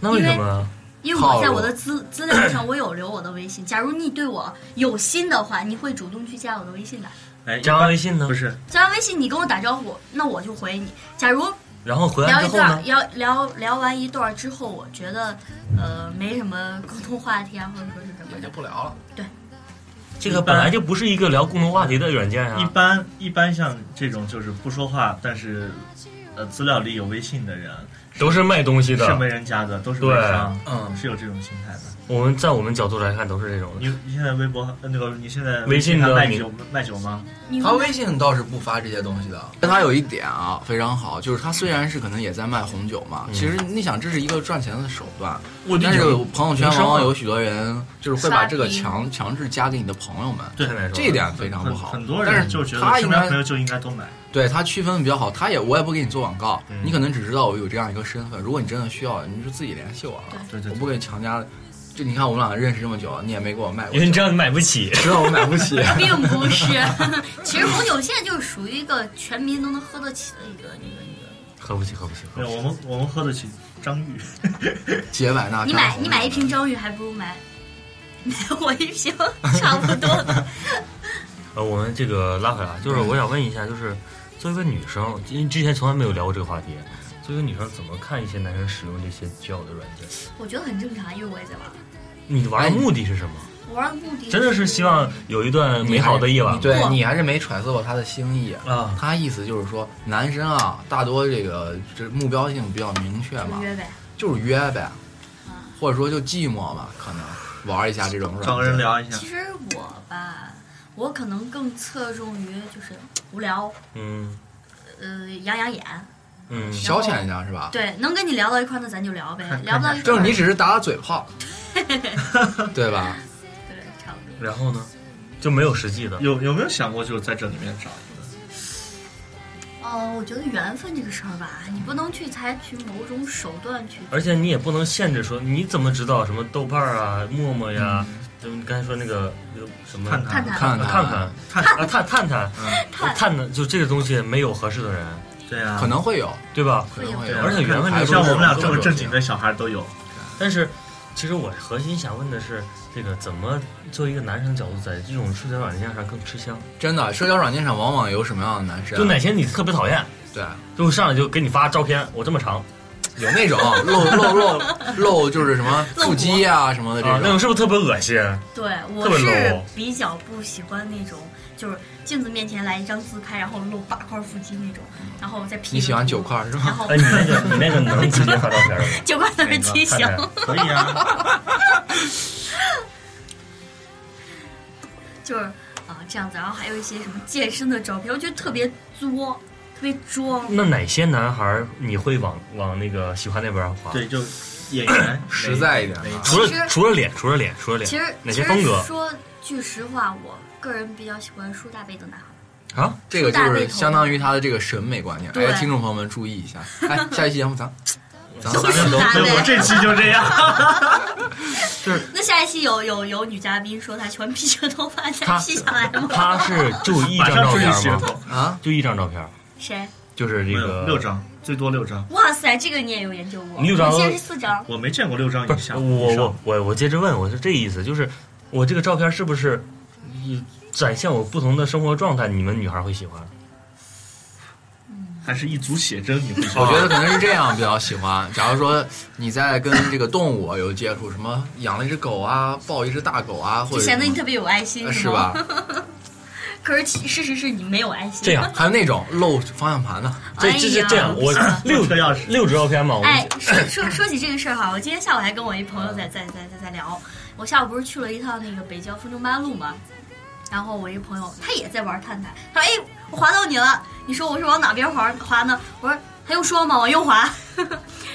B: 那为什么？
I: 因为我在我的资 <clears throat> 资料上我有留我的微信。假如你对我有心的话，你会主动去加我的微信的。
D: 哎，
B: 加完微信呢
D: 不是，
I: 加完微信，你跟我打招呼，那我就回你。假如
B: 然后回来
I: 聊
B: 之
I: 一
B: 后
I: 段，
B: 呢？
I: 聊聊聊完一段之后，我觉得呃没什么共同话题啊，或者说是什么
F: 也就
I: 的，
F: 不聊了。
B: 这个本来就不是一个聊共同话题的软件
D: 一
B: 啊。
D: 般一般像这种就是不说话，但是呃资料里有微信的人
B: 都是卖东西
D: 是没
B: 的。
D: 人加的，都是微
B: 对
D: 商，
F: 嗯
D: 是有这种心态的。
B: 我们在我们角度来看都是这种的。
D: 你你现在微博呃那个你现在
B: 微信
D: 还
B: 的
D: 卖
B: 你
D: 酒卖酒吗？
I: 你
F: 他微信倒是不发这些东西的，但他有一点啊非常好，就是他虽然是可能也在卖红酒嘛，其实你想这是一个赚钱的手段，
B: 我理
F: 但
B: 解
F: 是朋友圈
B: 营销
F: 往往
B: 嘛
F: 有许多人就是会把这个
I: 刷屏
F: 强强制加给你的朋友们，
B: 对来说
F: 这一点非常不好。
D: 很很多
F: 但
D: 人
F: 是
D: 就觉
F: 他应
D: 得身边
F: 该
D: 朋友就应该都买。
F: 对他区分的比较好，他也我也不给你做广告，
D: 嗯
F: 你可能只知道我有这样一个身份。如果你真的需要，你就自己联系我啊，
D: 对对
F: 我
D: 对
F: 不给你强加。就你看我们俩认识这么久，你也没给我卖过
B: 因
D: <laughs>
F: 酒，<laughs>
B: 为你知道你买不起。
F: 知道我买不起。
I: 并不是， <laughs> 其实红酒现在就是属于一个全民都能喝得起的一个一个一个。
B: 喝不起，喝不起，喝
D: 对，
B: 不起。
D: 我们我们喝得起张裕，
F: 杰百纳干红酒，
I: 你买你买一瓶张裕，还不如买 <laughs> 买我一瓶， <laughs> 差不多 <laughs> 的。
B: 呃，我们这个拉回来，啊就是我想问一下，就是作为一个女生，因为之前从来没有聊过这个话题，作为一个女生怎么看一些男生使用这些交友的软件？
I: 我觉得很正常，因为我也在玩。
B: 你玩的目的是什么？
I: 我玩的目的
B: 真的是希望有一段美好的夜晚
F: 你对
I: 不
F: 你还是没揣测过他的心意。
B: 啊！
F: 他意思就是说，男生啊，大多这个这目标性比较明确嘛，
I: 约呗，
F: 就是约呗，或者说就寂寞嘛，可能玩一下这种软件
D: 找个人。聊一下
I: 其。实我吧，我可能更侧重于就是无聊，
B: 嗯
I: 呃，养养眼。
B: 嗯，
F: 消遣一下是吧？
I: 对，能跟你聊到一块儿，那咱就聊呗。聊不到一块
F: 就
I: 儿，
F: 是你只是打打嘴炮，对吧？
I: 对，差不多。
B: 然后呢，就没有实际的。
D: 有有没有想过就是在这里面找一
I: 哦，我觉得缘分这个事儿吧，你不能去采取某种手段去。
B: 而且你也不能限制说，你怎么知道什么豆瓣儿啊、陌陌呀，就你刚才说那个那个什么
D: 探探
I: 探探
B: 看
F: 看
B: 看看探啊探探探
I: 探
B: 探探，就这个东西没有合适的人，
D: 个？对啊，
F: 可能会有，
B: 对吧？
F: 可能会有，
I: 对
B: 而且缘分这个
D: 像
B: 东西
D: 我们俩
B: 都
D: 这么
B: 是
D: 正经的小孩都有。
B: 但是，其实我核心想问的是，这个怎么作为一个男生角度，在这种社交软件上更吃香？
F: 真的，社交软件上往往有什么样的男生？啊
B: 就哪些你特别讨厌，
F: 对，
B: 就上来就给你发照片，我这么长
F: 有那种露露露露，就是什么腹肌啊什么的
B: 啊，
F: 这种
B: 那种。是不是特别恶 <laughs> 心？
I: 对，
B: 特
I: 我
B: 别
I: 是
B: low
I: 比较不喜欢那种，就是镜子面前来一张自拍，然后露八块腹肌那种，然后再 P
F: 你喜欢
I: 个
F: 九
I: 图
F: 块是
I: 然
F: 吗？
I: 后
B: 哎，你那个你那个能直接发照片吗？
I: <laughs> 九块都是 <laughs> 吉祥
B: 看。看
D: 可以啊，
I: 就是啊这样子，然后还有一些什么健身的照片，我觉得特别作，特别装。
B: 那哪些男孩儿你会往往那个喜欢那边儿滑？
D: <laughs> 对，就
B: <laughs>
D: 演员
F: 实在一点啊
D: 哪一
B: 除
I: 其
B: 了
I: 实
B: 除了脸，除了脸，除了脸，
I: 其实
B: 哪些风格
I: 其实说句实话，我个人比较喜欢梳大背的男孩。
B: 啊？
F: 这个就是相当于他的这个审美观念。
I: 对
F: 哎，听众朋友们注意一
I: <laughs>
F: 下。哎，下一期节目
D: <laughs>
F: 咱咱
I: 都是
F: 咱
B: 啊
I: 男
D: 对，我
I: 的。
D: 这期就这
B: <laughs>
D: 样。
I: 那下一期有有有女嘉宾说她喜欢披着头发再 <laughs>
B: 他
I: 披下来吗？
B: 他是就一张
D: 马上
B: 照
D: 出去
B: 片
D: 洗个
B: 吗？
F: 啊，
B: 就一张照片儿，
I: 谁？
B: 就是
D: 没
B: 这
D: 有
B: 个
D: 六。张，最多六张。
I: 哇塞，这个你也有研究过？
B: 你有啥
I: 我现在是四张。
D: 我没见过六张
B: 不
D: 以
B: 是
D: 下。
B: 我
D: 以上
B: 我我我接着问，我是这意思，就是我这个照片是不是嗯展现我不同的生活状态？你们女孩会喜欢？
D: 还是一组写真，你会
B: <laughs>
F: 我觉得可能是这样比较喜欢。假如说你在跟这个动物有接触，什么养了一只狗啊，抱一只大狗啊，或
I: 就
F: 者
I: 显得你
F: 什
I: 特别有爱心，
B: 呃
F: 么呃是
I: 吗？
F: 吧？
I: <laughs> 可是其事实是你没有爱心。
B: 这样，
F: 还有那种露方向盘的，
B: 这
I: 哎
B: 这是
I: 呀
B: 这样，我六
D: 车钥匙
B: 六张照片嘛，我们
I: 哎，说说说起这个事儿哈，我今天下午还跟我一朋友在在在在在聊，我下午不是去了一趟那个北郊风筝八路嘛，然后我一朋友他也在玩探探，他说哎，我滑到你了，你说我是往哪边滑滑呢？我说他就说嘛，往右滑。 <laughs>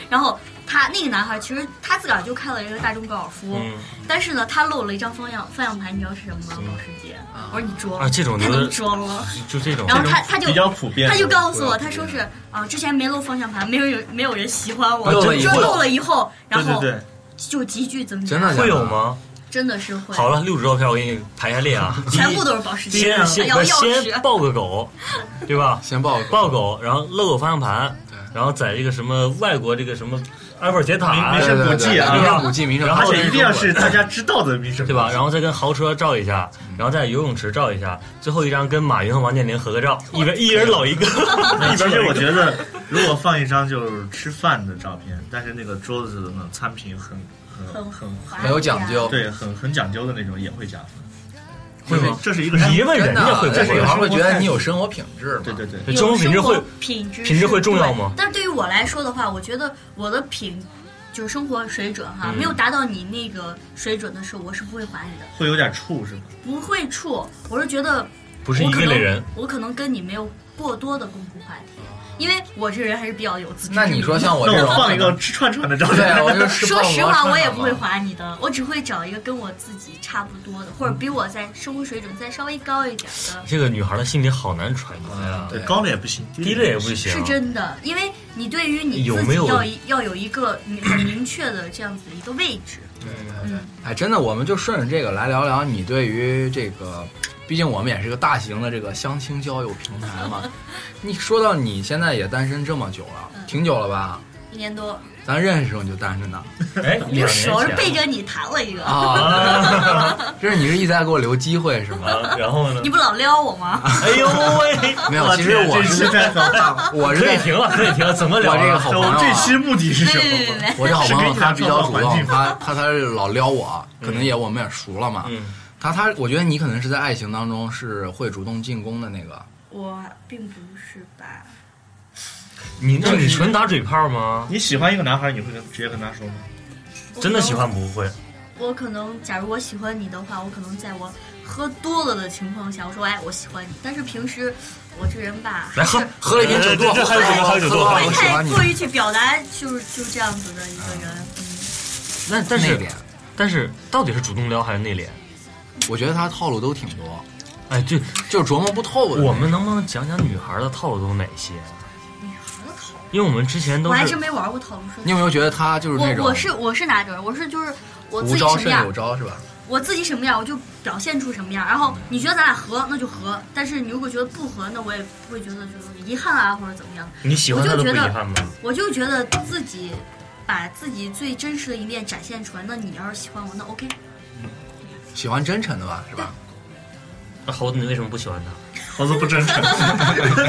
I: 然后他那个男孩其实他自个儿就开了一个大众高尔夫，
B: 嗯
I: 但是呢，他漏了一张方向方向盘，你知道是什么吗？保时捷。我说你装
B: 啊这种
I: 太
B: 就是
I: 能装了。
B: 就这种
I: 然后他他就
D: 比较普遍的
I: 他就告诉我，他说是啊，之前没漏方向盘，没有人没有人喜欢
B: 啊
I: 我，
F: 漏了以
I: 就
F: 后
I: 漏了以后，然
D: 对对
I: 后
D: 对，
I: 就急剧增加，
F: 真的假的
B: 会有？吗？
I: 真的是会，
B: 好了，六支照片我给你排下列 <laughs> 啊，
I: 全部都是保时
B: 第一
I: 捷，
B: 先
I: 还
B: 先
I: 要钥
B: 先
I: 匙，
B: 抱
I: <laughs>
B: 个狗，对吧？
F: 先报个
B: 抱狗，然后漏个方向盘
F: 对，
B: 然后在这个什么外国这个什么埃菲尔铁塔
D: 名
F: 对
D: 胜
F: 对
D: 古
F: 对
D: 迹啊
F: 对名
B: 然
F: 胜
B: 后
F: 古迹，名胜
B: 然
F: 古
B: 后
D: 而
F: 迹
D: 且一定要是大家知道的名声，
B: 对吧？然后再跟豪车照一下，然后再游泳池照一下，最后一张跟马云和王健林合个照，一人一人搂一个，
D: 那
B: 一
D: 其
B: 边
D: 实
B: 搂
D: 我
B: 一个。
D: 觉得，如果放一张就是吃饭的照片，但是那个桌子的那种餐品很很很
I: 滑
F: 很有讲究
D: 对，很很讲究的那种也会加分。
B: 会吗
D: 这是一个
B: 你问人
F: 真
B: 家会
F: 的，
B: 不
F: 这是
B: 会
F: 他
B: 啊？
F: 会觉得你有生活品质嘛？
D: 对对对，
B: 这中国品质会
I: 哎有生活品质
B: 品质会重要
I: 是
B: 吗
I: 对但是对于我来说的话，我觉得我的品就是生活水准哈，
B: 嗯
I: 没有达到你那个水准的时候，我是不会还你的，
D: 会有点怵是吗？
I: 不会处。我是觉得
B: <laughs> 不是一个类人，
I: 我可能我可能跟你没有过多的共同话题，因为我这人还是比较有自知。
F: 那你说像我这
D: 那
F: 种
D: 我，放一个吃串串的照
F: 对啊
D: 片，，
F: 我
D: <laughs>
F: 就吃
I: 说
F: 泡
I: 实
F: 馍
I: 话，
F: 串
I: 我也
F: 嘛
I: 不会划你的，我只会找一个跟我自己差不多的，或者比我在生活水准再稍微高一点的，
B: 这个女孩的心里好难揣摩呀，
D: 对，高了也不行，
B: 低
D: 低
B: 了也不
D: 行。
B: 行啊
I: 是。真的。因为你对于你
B: 有
I: 自
B: 没
I: 己
B: 有
I: 要一要有一个很明确的这样子的一个位置。
F: 哎，真的，我们就顺着这个来聊聊你对于这个，毕竟我们也是个大型的这个相亲交友平台嘛。你说到你现在也单身这么久了，挺久了吧？
I: 一年多，
F: 咱认识时候你就单身的
B: 哎，
I: 不
B: 两
I: 是，我是
B: 年
I: 背
B: 前
I: 着你谈了一个，
F: 啊， <laughs> 这是你是一直在给我留机会是
B: <laughs>
F: 吗？
B: 啊，然后呢
I: 你？不老撩我吗？
B: 哎呦喂，
F: 没有，其实我
D: 这期
F: 是
D: 太好了，
F: 我是
B: <laughs> 可以
F: 在
B: 停 <laughs> 了，可以停了，怎么聊
F: 我这个
B: 啊？
F: 好朋友
D: <laughs> 我这期
F: 啊。
D: 目的是
I: 没
D: 什
I: 没没
D: 么？
I: 没，
F: 我这好朋友
D: 是给你
F: 他比较主
D: 创造环
F: 动，
D: 境
F: 他他他是老撩我，可能也我们也熟了嘛。
B: 嗯，
F: 他他，我觉得你可能是在爱情当中是会主动进攻的那个。
I: 我并不是吧？
B: 你那你纯打嘴炮吗？
D: 你喜欢一个男孩，你会跟直接跟他说吗？
I: 我
B: 真的
I: 可能
B: 喜欢不会？
I: 我可能，假如我喜欢你的话，我可能在我喝多了的情况下，我说哎，我喜欢你。但是平时我这人吧，
B: 来喝
F: 喝了一瓶酒
B: 这
F: 多，
B: 这还有酒多，还有
F: 喝
B: 酒多
F: 了。我
I: 不会
F: 喜
I: 太
F: 欢你
I: 过于去表达，就是就这样子的一个人。
B: 那但
F: 内
B: 是
F: 敛，
B: 但是到底是主动撩还是内敛？
F: 我觉得他套路都挺多，
B: 哎，对，
F: 就是琢磨不透的。
B: 我们能不能讲讲女孩的套路都有哪些？
I: 女孩的套路，
B: 因为我们之前
I: 嗯我
B: 都
I: 还
B: 是
I: 真没玩过套路
F: 你
I: 说。
F: 有没有觉得他就是那
I: 我
F: 种
I: 我是我是哪种？我是就是我自
F: 无
I: 己
F: 招
I: 什么
F: 胜
I: 样
F: 有，招是吧？
I: 我自己什么样，我就表现出什么样。然后你觉得咱俩合，那就合；但是你如果觉得不合，那我也不会觉得就是遗憾啊或者怎么样。
B: 你喜欢她都不遗憾吗？
I: 我就觉得自己把自己最真实的一面展现出来。那你要是喜欢我，那 OK。
F: 喜欢真诚的吧，是吧？
B: 那啊猴子，你为什么不喜欢她？
F: <laughs>
D: 猴子不
B: <laughs>
D: 真诚，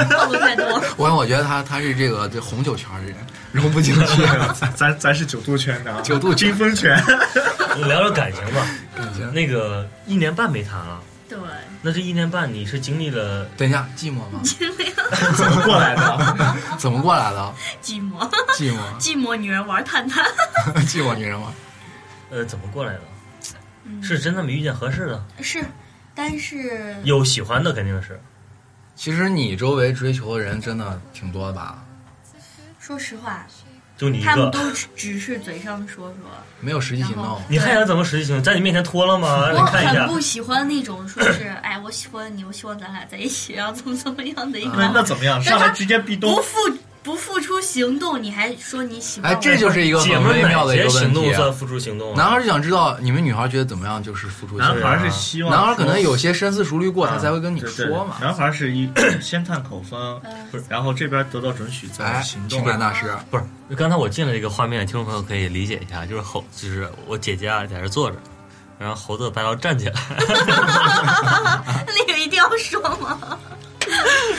I: 套路太多，
F: 我我觉得他他是这个这红酒圈的人，融不进去，
D: <laughs> 咱咱是九度圈的啊，
F: 啊九度圈
D: 金风
F: <laughs>
D: 圈，
B: 聊聊感情吧。
F: 感觉。
B: 那个一年半没谈了，
I: 对， <laughs>
B: 那这一年半你是经历了
F: 等一下，寂寞吗？
D: 怎么过来
F: <laughs>
D: 的？啊
F: 怎么过来的？
I: 寂寞，
F: 寂寞， <laughs>
I: 寂寞女人玩探探，
F: 寂寞女人吗？
B: 呃怎么过来的？
I: 嗯
B: 是真的没遇见合适的，
I: 是，但是
B: 有喜欢的肯定是。
F: 其实你周围追求的人真的挺多的吧？
I: 说实话，
B: 就你一
I: 他们
B: 个，
I: 都只只是嘴上说说。
F: 没有实际行动，
B: 你还想怎么实际行动？在你面前脱了吗？让
I: 我
B: 你看一
I: 很
B: 下。
I: 不喜欢那种说是， <clears throat> 哎，我喜欢你，我希望咱俩在一起，然后怎么怎么样的一
B: 啊
D: 那那
I: 个，
D: 怎么样？
I: 是
D: 上来直接壁
I: 不
D: 咚，
I: 付不付出行动，你还说你喜欢
F: 哎，
I: 我，
F: 这就是一个
B: 姐
F: 很
B: 们
F: 微
B: 儿
F: 妙
B: 哪
F: 的一
B: 些
F: 个问
B: 行动
F: 题。
B: 算付出行动啊？
F: 男孩儿就想知道你们女孩儿觉得怎么样，就是付出行
D: 男
F: 动。
D: 孩是希望，
F: 男孩儿可能有些深思熟虑过，
D: 啊
F: 他才会跟你
D: 对对
F: 说嘛。
D: 男孩是一 <coughs> 先探口风，然后这边得到准许再
F: 哎，
D: 行
F: 情
D: 动。啊
F: 感大师，
B: 不是，刚才我进了这个画面，听众朋友可以理解一下，就是猴，就是我姐姐啊，在这坐着，然后猴子把要站起来，
I: <laughs> 那个一定要说吗？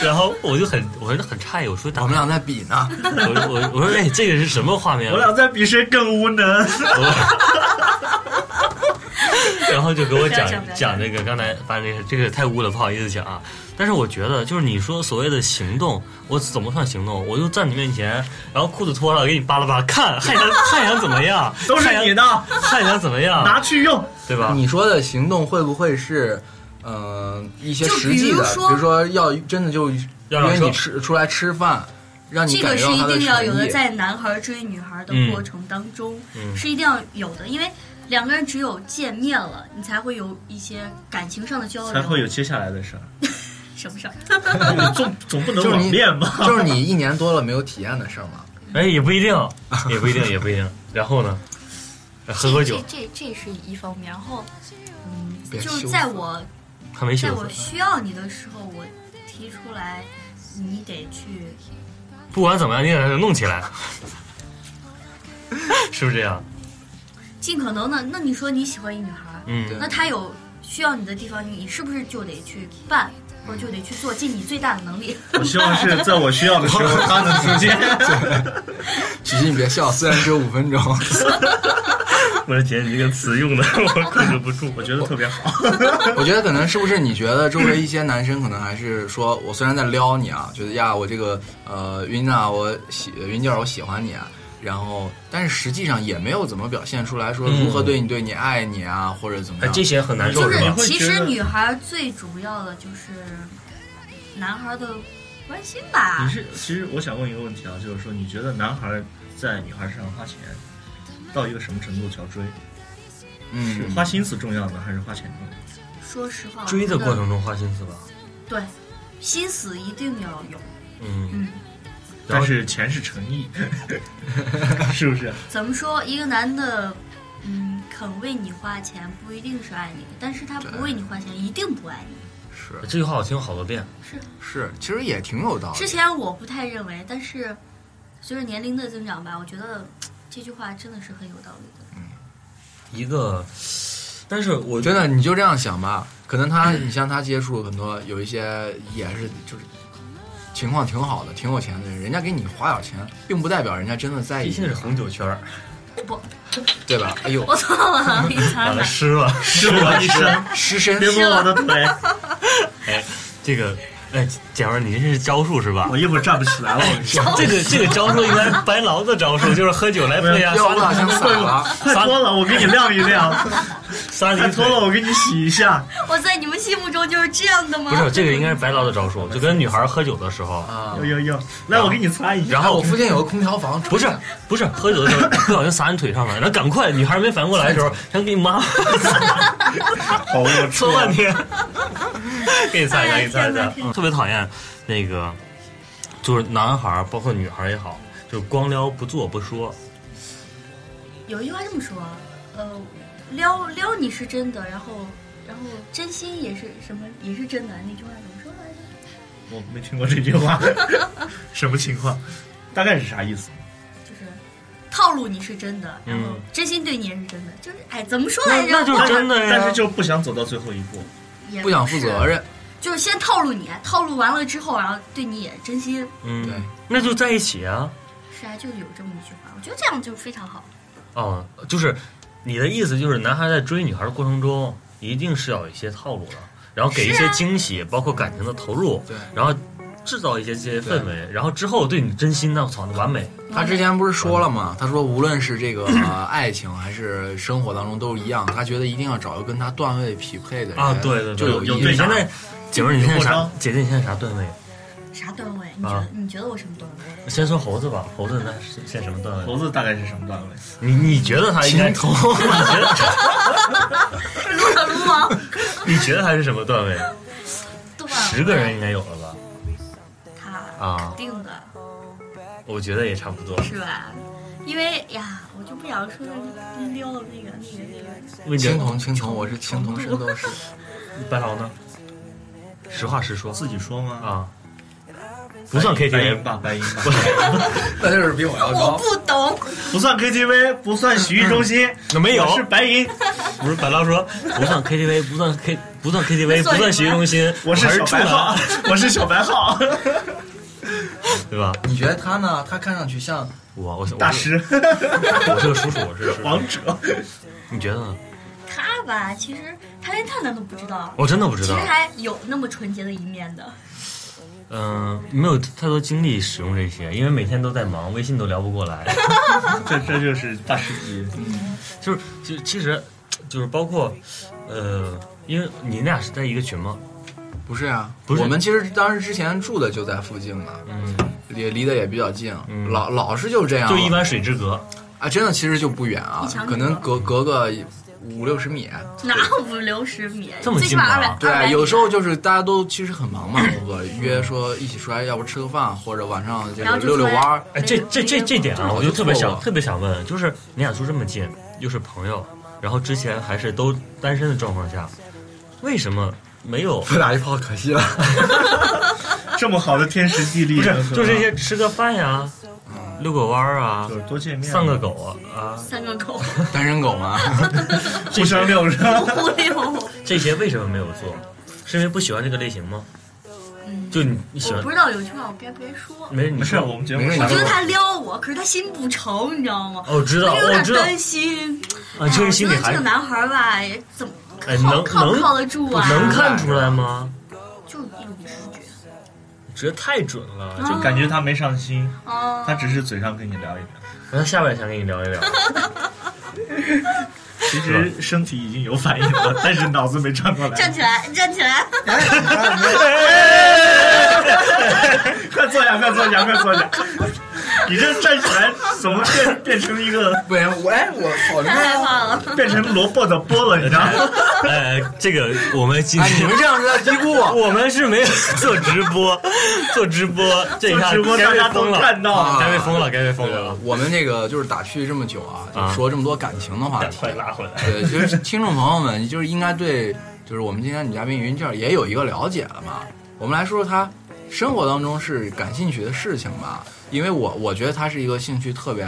B: 然后我就很，我就很诧异，我说打
F: 我们俩在比呢。
B: 我我我说哎，这个是什么画面
D: 我？俩在比谁更无能。
B: 然后就给我讲
I: 不要不要
B: 讲那个刚才发生这个，这个太污了，不好意思讲啊。但是我觉得，就是你说所谓的行动，我怎么算行动？我就站你面前，然后裤子脱了，给你扒拉扒拉，看还想还想怎么样？
D: <laughs> 都是你的，
B: 还想怎么样？
D: 拿去用。
B: 对吧？
F: 你说的行动会不会是，嗯，一些
I: 就
F: 实际的，
I: 比如
F: 比
I: 说
F: 如说要真的就
B: 要让
F: 约
B: 说
F: 你吃出来吃饭，让你
I: 这个
F: 感
I: 是
F: 觉到
I: 一
F: 他的
I: 定要有
F: 诚
I: 的，
F: 意
I: 在男孩追女孩的过程当中、
B: 嗯
I: 是一定要有的，因为两个人只有见面了，你才会有一些感情上的交流，
D: 才会有接下来的事儿。
I: 什么事儿？
D: 你 <laughs> 总总不能
F: 就是
D: 网
F: 你
D: 恋吧？
F: 就是你一年多了没有体验的事儿嘛。
B: 哎，也不一定，也不一定，也不一定。然后呢，喝喝酒，
I: 这这这是一方面。然后，嗯，
F: 别
I: 就是
F: 羞
I: 在
F: 涩
I: 我
B: 他没
I: 在
B: 羞
I: 我
B: 涩，
I: 需要你的时候，我提出来，你得去。
B: 不管怎么样，你得弄起来， <laughs> 是不是这样？
I: 尽可能的。那你说你喜欢一女孩儿，
B: 嗯，
I: 那她有需要你的地方，你是不是就得去办，或者就得去做，尽你最大的能力？
D: <laughs> 我希望是在我需要的时候，他能出现。 <laughs>
F: 曲奇，你别笑，虽然只有五分钟， <laughs>
B: 我姐，你这个词用的
D: <laughs>
B: 我控制不住，
D: 我觉得特别好。
F: 我觉得可能是不是你觉得周围一些男生可能还是说我虽然在撩你啊，觉得呀我这个呃云啊我喜云姐儿我喜欢你啊，然后但是实际上也没有怎么表现出来说如何对你对你爱你啊或者怎么
B: 哎，
F: 样
B: 这，些很难受
I: 就是
B: 吧？
I: 其
D: 你会觉
I: 实
D: 得
I: 女孩儿最主要的就是男孩儿的关心吧
D: 你。是其实我想问一个问题啊，就是说你觉得男孩在女孩身上花钱到一个什么程度叫追？
F: 嗯
D: 是，花心思重要呢，还是花钱重要？
I: 说实话，
B: 追的
I: 我觉
B: 过
I: 得
B: 程中花心思吧，
I: 对心思一定要有。
B: 嗯，
I: 嗯，
B: 然
D: 但
B: 后
D: 是钱是诚 <laughs> 意，是不是？
I: 怎么说？一个男的，嗯，肯为你花钱不一定是爱你，但是他不为你花钱一定不爱你。
F: 是
B: 这句话我听好多遍，
F: 是，其实也挺有道
I: 之
F: 理。
I: 前我不太认为，但是随着年龄的增长吧，我觉得这句话真的是很有道理的。 <laughs>
B: 一个，但是我
F: 真的，你就这样想吧，可能 <clears throat> 他，你像他接触很多有一些也是就是情况挺好的、挺有钱的人，人家给你花点钱，并不代表人家真的在
B: 毕
F: 意
B: 竟
F: 你，
B: 是红酒
I: 啊
B: 圈儿，
I: 不，
F: 对吧？哎呦，
I: 我错了，一
B: 把
I: 层
B: 它湿了，
D: 是啊我一生，
F: 失身
D: 别摸我的腿，
B: 哎，这个，哎，姐们儿，你这是招数是吧
D: 我？一会儿站不起来了。 <laughs> 我跟你说，
B: 这个这个招数应该是白狼的招数，就是喝酒来配啊，
F: 要不好像散了。
D: 快脱了，我给你晾一晾；
B: <laughs> 撒
D: 快
B: 离
D: 脱了，我给你洗一下。
I: 我在你们心目中就是这样的吗？
B: 不是，这个应该是白狼的招数，就跟女孩喝酒的时候，
F: 啊
D: 呦！呦呦，来，我给你擦一下。
B: 然
F: 然后
B: 后
F: 我附近有个空调房，
B: 不是不是喝酒的时候不小心撒你腿上了，然后赶快，女孩没反应过来的时候，想给你妈
D: 好，我
B: 搓半天， <laughs> 给你擦一下，
I: 哎呀
B: 给你擦
I: 天
B: 一下
I: 哪，天
B: 嗯特别讨厌那个，就是男孩儿包括女孩儿也好，就光撩不做不说，
I: 有一句话这么说，呃，撩撩你是真的，然后然后真心也是什么也是真的，那句话怎么说来着？
D: <laughs> 我没听过这句
B: <laughs>
D: 话，什么情况？大概是啥意思？
I: 就是套路你是真的，然后
B: 嗯
I: 真心对你也是真的，就是哎，怎么说
B: 那
I: 来着？
B: 那就是真的
D: 但是
B: 呀。
D: 就不想走到最后一步。
I: 也
F: 不想负责
I: 是，
F: 任，
I: 就是先套路你，套路完了之后，然后对你也真心。
B: 嗯
F: 对，
B: 那就在一起啊。
I: 是啊，就有这么一句话，我觉得这样就非常好。
B: 哦，就是你的意思就是，男孩在追女孩的过程中，一定是要有一些套路的，然后给一
I: 是
B: 些
I: 啊
B: 惊喜，包括感情的投入，
F: 对
B: 然后制造一些这些氛围，然后之后对你真心的，我操，完美，
F: 他之前不是说了吗？他说无论是这
B: <clears throat>
F: 个、呃爱情还是生活当中都是一样，他觉得一定要找一个跟他段位匹配的人
B: 啊，对对对，
F: 就
B: 有
F: 意
B: 你
F: 义
B: 现。在，姐妹儿，你现在
D: 有过
B: 啥
D: 招？
B: 姐姐，你现在啥段位？
I: 啥段位？你觉得、
B: 啊
I: 你觉得我什么段位？
F: <laughs>
B: 先说猴子吧，猴子那是现在什么段位？
D: 猴子大概是什么段位？
B: 你你觉得他应该？你觉得
I: 撸了撸吗？
B: 你觉得他是什么段位？
I: 段
B: <laughs> 十个人应该有了吧？
I: 他
B: 啊
I: 肯定的
B: 我觉得也差不多。
I: 是吧？因为呀，我就不想说那撩的那个那个那个，
B: 问姐
F: 青，铜，青铜，我是青
B: 哦
F: 铜圣斗士。
B: 白狼呢？实话实说，
D: 自己说吗？
B: 啊，不算
D: 白
B: KTV
D: 银吧，白银吧，
F: 那就是比我要
I: 我
F: 高。
I: 不懂。
D: <laughs> 不算 KTV，不算洗浴中心，
B: 嗯那没有
D: 我是白银，
B: 不是白狼说 <laughs> 不算 KTV，不算 K，不算 KTV，
I: 那
B: 不
I: 算
B: 算
I: 什
B: 洗浴
I: 么
B: 中心，
D: 我是
B: 还是
D: 小
B: 处
D: 白号 <laughs>
B: 男，，
D: 我是小白号，
B: 对吧？
F: 你觉得他呢？他看上去像
B: 我我
D: 大，师， <laughs>
B: 我是我是个叔叔，我是叔叔
D: 王者，
B: 你觉得呢？
I: 他吧，其实他连探探都不知道，
B: 我哦真的不知
I: 其实
B: 道，
I: 还有那么纯洁的一面的。
B: 嗯，没有太多精力使用这些，因为每天都在忙，微信都聊不过来。 <laughs>
D: 这这就是大师级。
B: 就是，就其实就是包括，呃，因为你俩是在一个群吗？
F: 不是啊？
B: 不是
F: 我们其实当时之前住的就在附近嘛。
B: 嗯，
F: 也离得也比较近，
B: 嗯
F: 老老是就这样，
B: 就一碗水之隔，
F: 啊，真的其实就不远啊
I: 一墙，之
F: 可能
I: 隔
F: 隔隔个五六十米。
I: 哪五六十米，啊
B: 这么啊
I: 最起
B: 近吗
I: 码二百。200
F: 对，啊
I: 米
F: 有时候就是大家都其实很忙嘛，工作约说一起出来，要不吃个饭，或者晚上这
I: 然
F: 个
I: 后就
F: 遛遛
I: 出来
F: 弯
I: <laughs>
F: 儿。
B: 哎，这这这这点啊，
F: 这
B: 我就特别
F: 这
B: 想
F: 个
B: 特别想问，就是你俩住这么近，又是朋友，然后之前还是都单身的状况下，为什么没有？
E: 不打一炮可惜了。
D: 这么好的天时地利
B: 不是
D: 人，和
B: 就这些吃个饭呀，遛个弯儿啊
D: 啊就，是多见面，
B: 散个狗啊啊，
I: 三个狗
F: 单身狗嘛，
D: 互相遛是吧？
I: <laughs> 忽悠，
B: 这些为什么没有做？是因为不喜欢这个类型吗？
I: 嗯，
B: 就你你喜
I: 我
B: 欢
I: 不？知道有句话我该不该说。
B: 没事，你
D: 没事，
B: 说
D: 我们节目
F: 没事
I: 我
F: 你
I: 觉
F: 说
I: 得他撩我，可是他心不诚，你知道吗？
B: 哎哦，知道，
I: 我有
B: 我
I: 点
B: 知道
I: 担心。
B: 啊，就是心里
I: 哎我觉得
B: 还
I: 这个男孩吧，也怎么
B: 哎
I: 靠
B: 能
I: 靠
B: 能
I: 靠得住啊？
B: 能看出来吗？
I: 就一种直觉
B: 直接太准了，
I: 嗯
B: 就
D: 就感觉他没上心，
I: 啊。
D: 他只是嘴上跟你聊一聊，
B: 那下半场跟你聊一聊。
D: 其实身体已经有反应
I: <laughs>
D: 了，但是脑子没转过
I: <laughs> 站
D: 来。
I: 起来，站起来！
D: 快坐下，快坐下，快坐下！你这站起来怎么变变成一个
F: 不然我哎我好
I: 太害怕了。
D: 变成萝卜的波了？你知道吗？
B: <laughs> 哎，这个我们今
F: 哎你
B: 天
F: 们这样是在低估我。
B: <laughs> 我们是没有做直播，做直播这一
D: 做
B: 下啊
D: 直播
B: 该
D: 大
B: 被
D: 家
B: 封
D: 都
B: 了，
D: 看到了，
B: 该被封了，该被封
F: 对
B: 了，
F: 我们这个就是打趣这么久啊，就
B: 啊
F: 说这么多感情的话
B: 赶
F: 题
B: 快，拉回来。
F: 对，就是听众朋友们， <laughs> 就是应该对，就是我们今天女嘉宾云静儿也有一个了解了嘛。我们来说说她生活当中是感兴趣的事情吧，因为我我觉得她是一个兴趣特别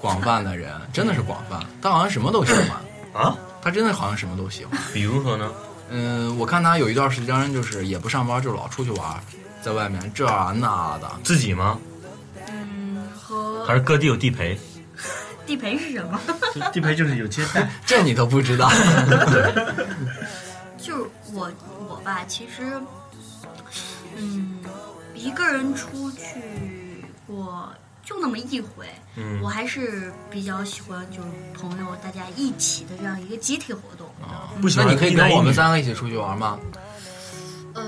F: 广泛的人，真的是广泛，她好像什么都喜 <laughs> 欢
B: 啊，
F: 她真的好像什么都喜欢。
B: 比如说呢？
F: 嗯，我看她有一段时间就是也不上班，就老出去玩，在外面这啊那的，
B: 自己吗？
I: 嗯，
B: 还
I: 和
B: 是各地有地陪？
I: 地陪是什么？ <laughs>
D: 地陪就是有接待，
F: 这你都不知 <laughs> 道。
I: 就是我我吧，其实，嗯，一个人出去过就那么一回，
B: 嗯
I: 我还是比较喜欢就是朋友大家一起的这样一个集体活动。
B: 不喜
F: 那
B: 欢
F: 你可以
B: 一
F: 跟
B: 男一
F: 我们
B: 女
F: 三个一起出去玩吗？
I: 呃，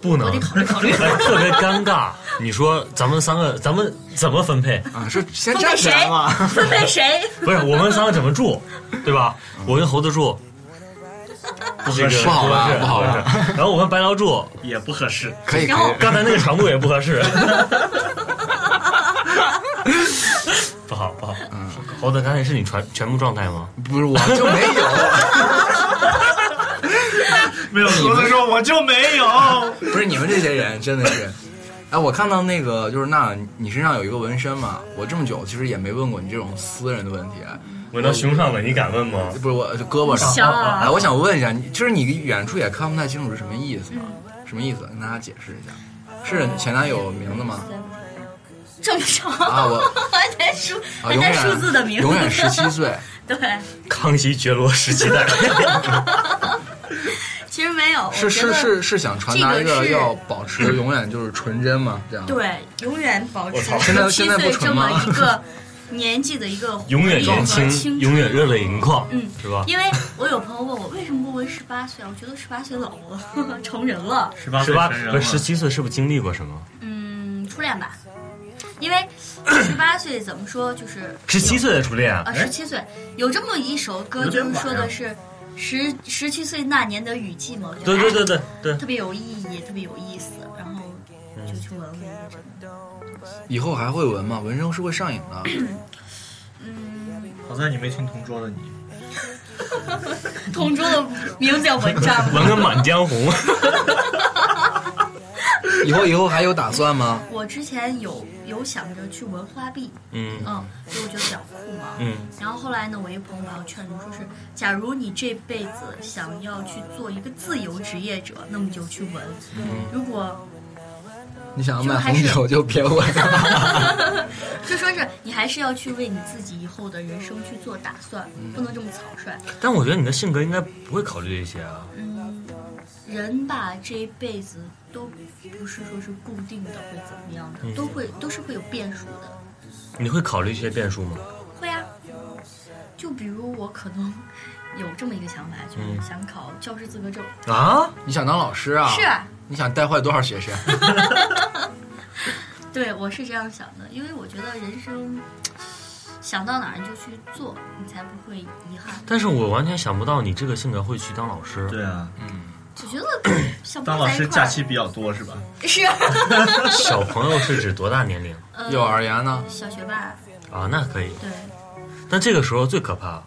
B: 不能。
I: 我得考
F: 嗯
I: 虑考虑
F: <laughs>
B: 哎特别尴尬。你说咱们三个，咱们怎么分配？
F: 啊，是先
I: 分
F: 站
I: 配
F: 起
I: 谁
F: 来嘛。？
I: <laughs> 分配谁？
B: 不是我们三个怎么住，对吧？我跟猴子住，这个
F: 不好吧
B: 合适
F: 不好吧
B: 合适然后我跟白聊住，
D: 也不合适。
F: 可以可
I: 然后
F: 以。
B: <laughs> 刚才那个长度也不合 <laughs> 适，不好不好。猴子，刚才是你全全部状态吗？
F: 不是，我就没有。
I: <laughs>
D: 没有，我子说我就没有。
F: 不是你们这些人真的是，哎，我看到那个就是那，你身上有一个纹身嘛？我这么久其实也没问过你这种私人的问题，
B: 闻到胸上了，你敢问吗？
F: 不是我就胳膊上。
I: 行啊
F: 哎，我想问一下，你就是你远处也看不太清楚是什么意思吗？
I: 嗯
F: 什么意思？跟大家解释一下。是前男友名字吗？
I: 嗯这么长，
F: 啊我
I: 还带数，
F: 啊，
I: 还
F: 永
I: 带
F: 远
I: 数字的名字，
F: 永远十七。岁。
I: <laughs> 对，
B: 康熙觉罗十七 <laughs> 代，
I: 其实没有，
F: 是
I: 我觉
F: 是
I: 得
F: 是是想传达一
I: 这个
F: 个
I: 是嗯
F: 要保持永远就是纯真嘛？这样。
I: 对，永远保持
B: 我操
F: 现在
I: 十七
F: 现在不
I: 岁
F: 蠢
I: 这么
F: 吗
I: 一个年纪的一个活力
B: 永远年
I: 和
B: 轻，
I: 青
B: 永
I: 春。
B: 远热泪啊盈眶，
I: 嗯
B: 是吧？
I: 因为我有朋友问我为什么不为十八岁啊，我觉得十八岁老了， <laughs> 成人了。
D: 十八
B: 十
D: 岁
B: 八
D: 成人
B: 不
D: 了，
B: 是十七岁，是不是经历过什么？
I: 嗯，初恋吧，因为十八岁怎么说就是
B: 十七岁的初恋啊
I: 啊，十七岁有这么一首歌，
D: 有点
I: 就是说
D: 晚啊
I: 的是十十七岁那年的雨季嘛，我觉得
B: 对对对
I: 哎
B: 对 <laughs> 对，
I: 特别有意义，特别有意思，然后就去闻了一个这个。
F: 以后还会纹吗？纹身是会上瘾的。
I: 嗯，
D: 好在你没听同桌的你，
I: 同桌的名字叫文 <laughs> 章吗
B: 闻个满江红， <laughs>
F: 以后以后还有打算吗？
I: 我之前有有想着去闻花臂，
B: 嗯
I: 嗯，因为我觉得比较酷嘛。
B: 嗯，
I: 然后后来呢，我一朋友把我劝住，说是假如你这辈子想要去做一个自由职业者，那么就去闻。
B: 嗯
I: 如果
F: 你想要买红酒就别问。
I: <laughs> 就说是你还是要去为你自己以后的人生去做打算，不能这么草率。
B: 但我觉得你的性格应该不会考虑这些啊。
I: 嗯，人吧这一辈子都不是说是固定的会怎么样的，
D: 嗯
I: 都会都是会有变数的。
B: 你会考虑一些变数吗？
I: 会啊，就比如我可能有这么一个想法，就是
B: 嗯
I: 想考教师资格证。
B: 啊，
F: 你想当老师啊？
I: 是啊， <laughs>
F: 你想带坏多少学生？
I: 对，我是这样想的，因为我觉得人生想到哪儿你就去做，你才不会遗憾。
B: 但是我完全想不到你这个性格会去当老师。
D: 对啊，
I: 我觉
D: <coughs>
I: 得像
D: 当
I: 不
D: 老
I: 在一
D: 师
I: 块
D: 假
I: 儿
D: 期比较多是吧？
I: 是、啊
B: 小朋友是指多大年 <laughs> 龄
I: 呃
F: 幼儿园呢？
I: 小学吧，
B: 啊？那可以，
I: 对，
B: 但这个时候最可怕。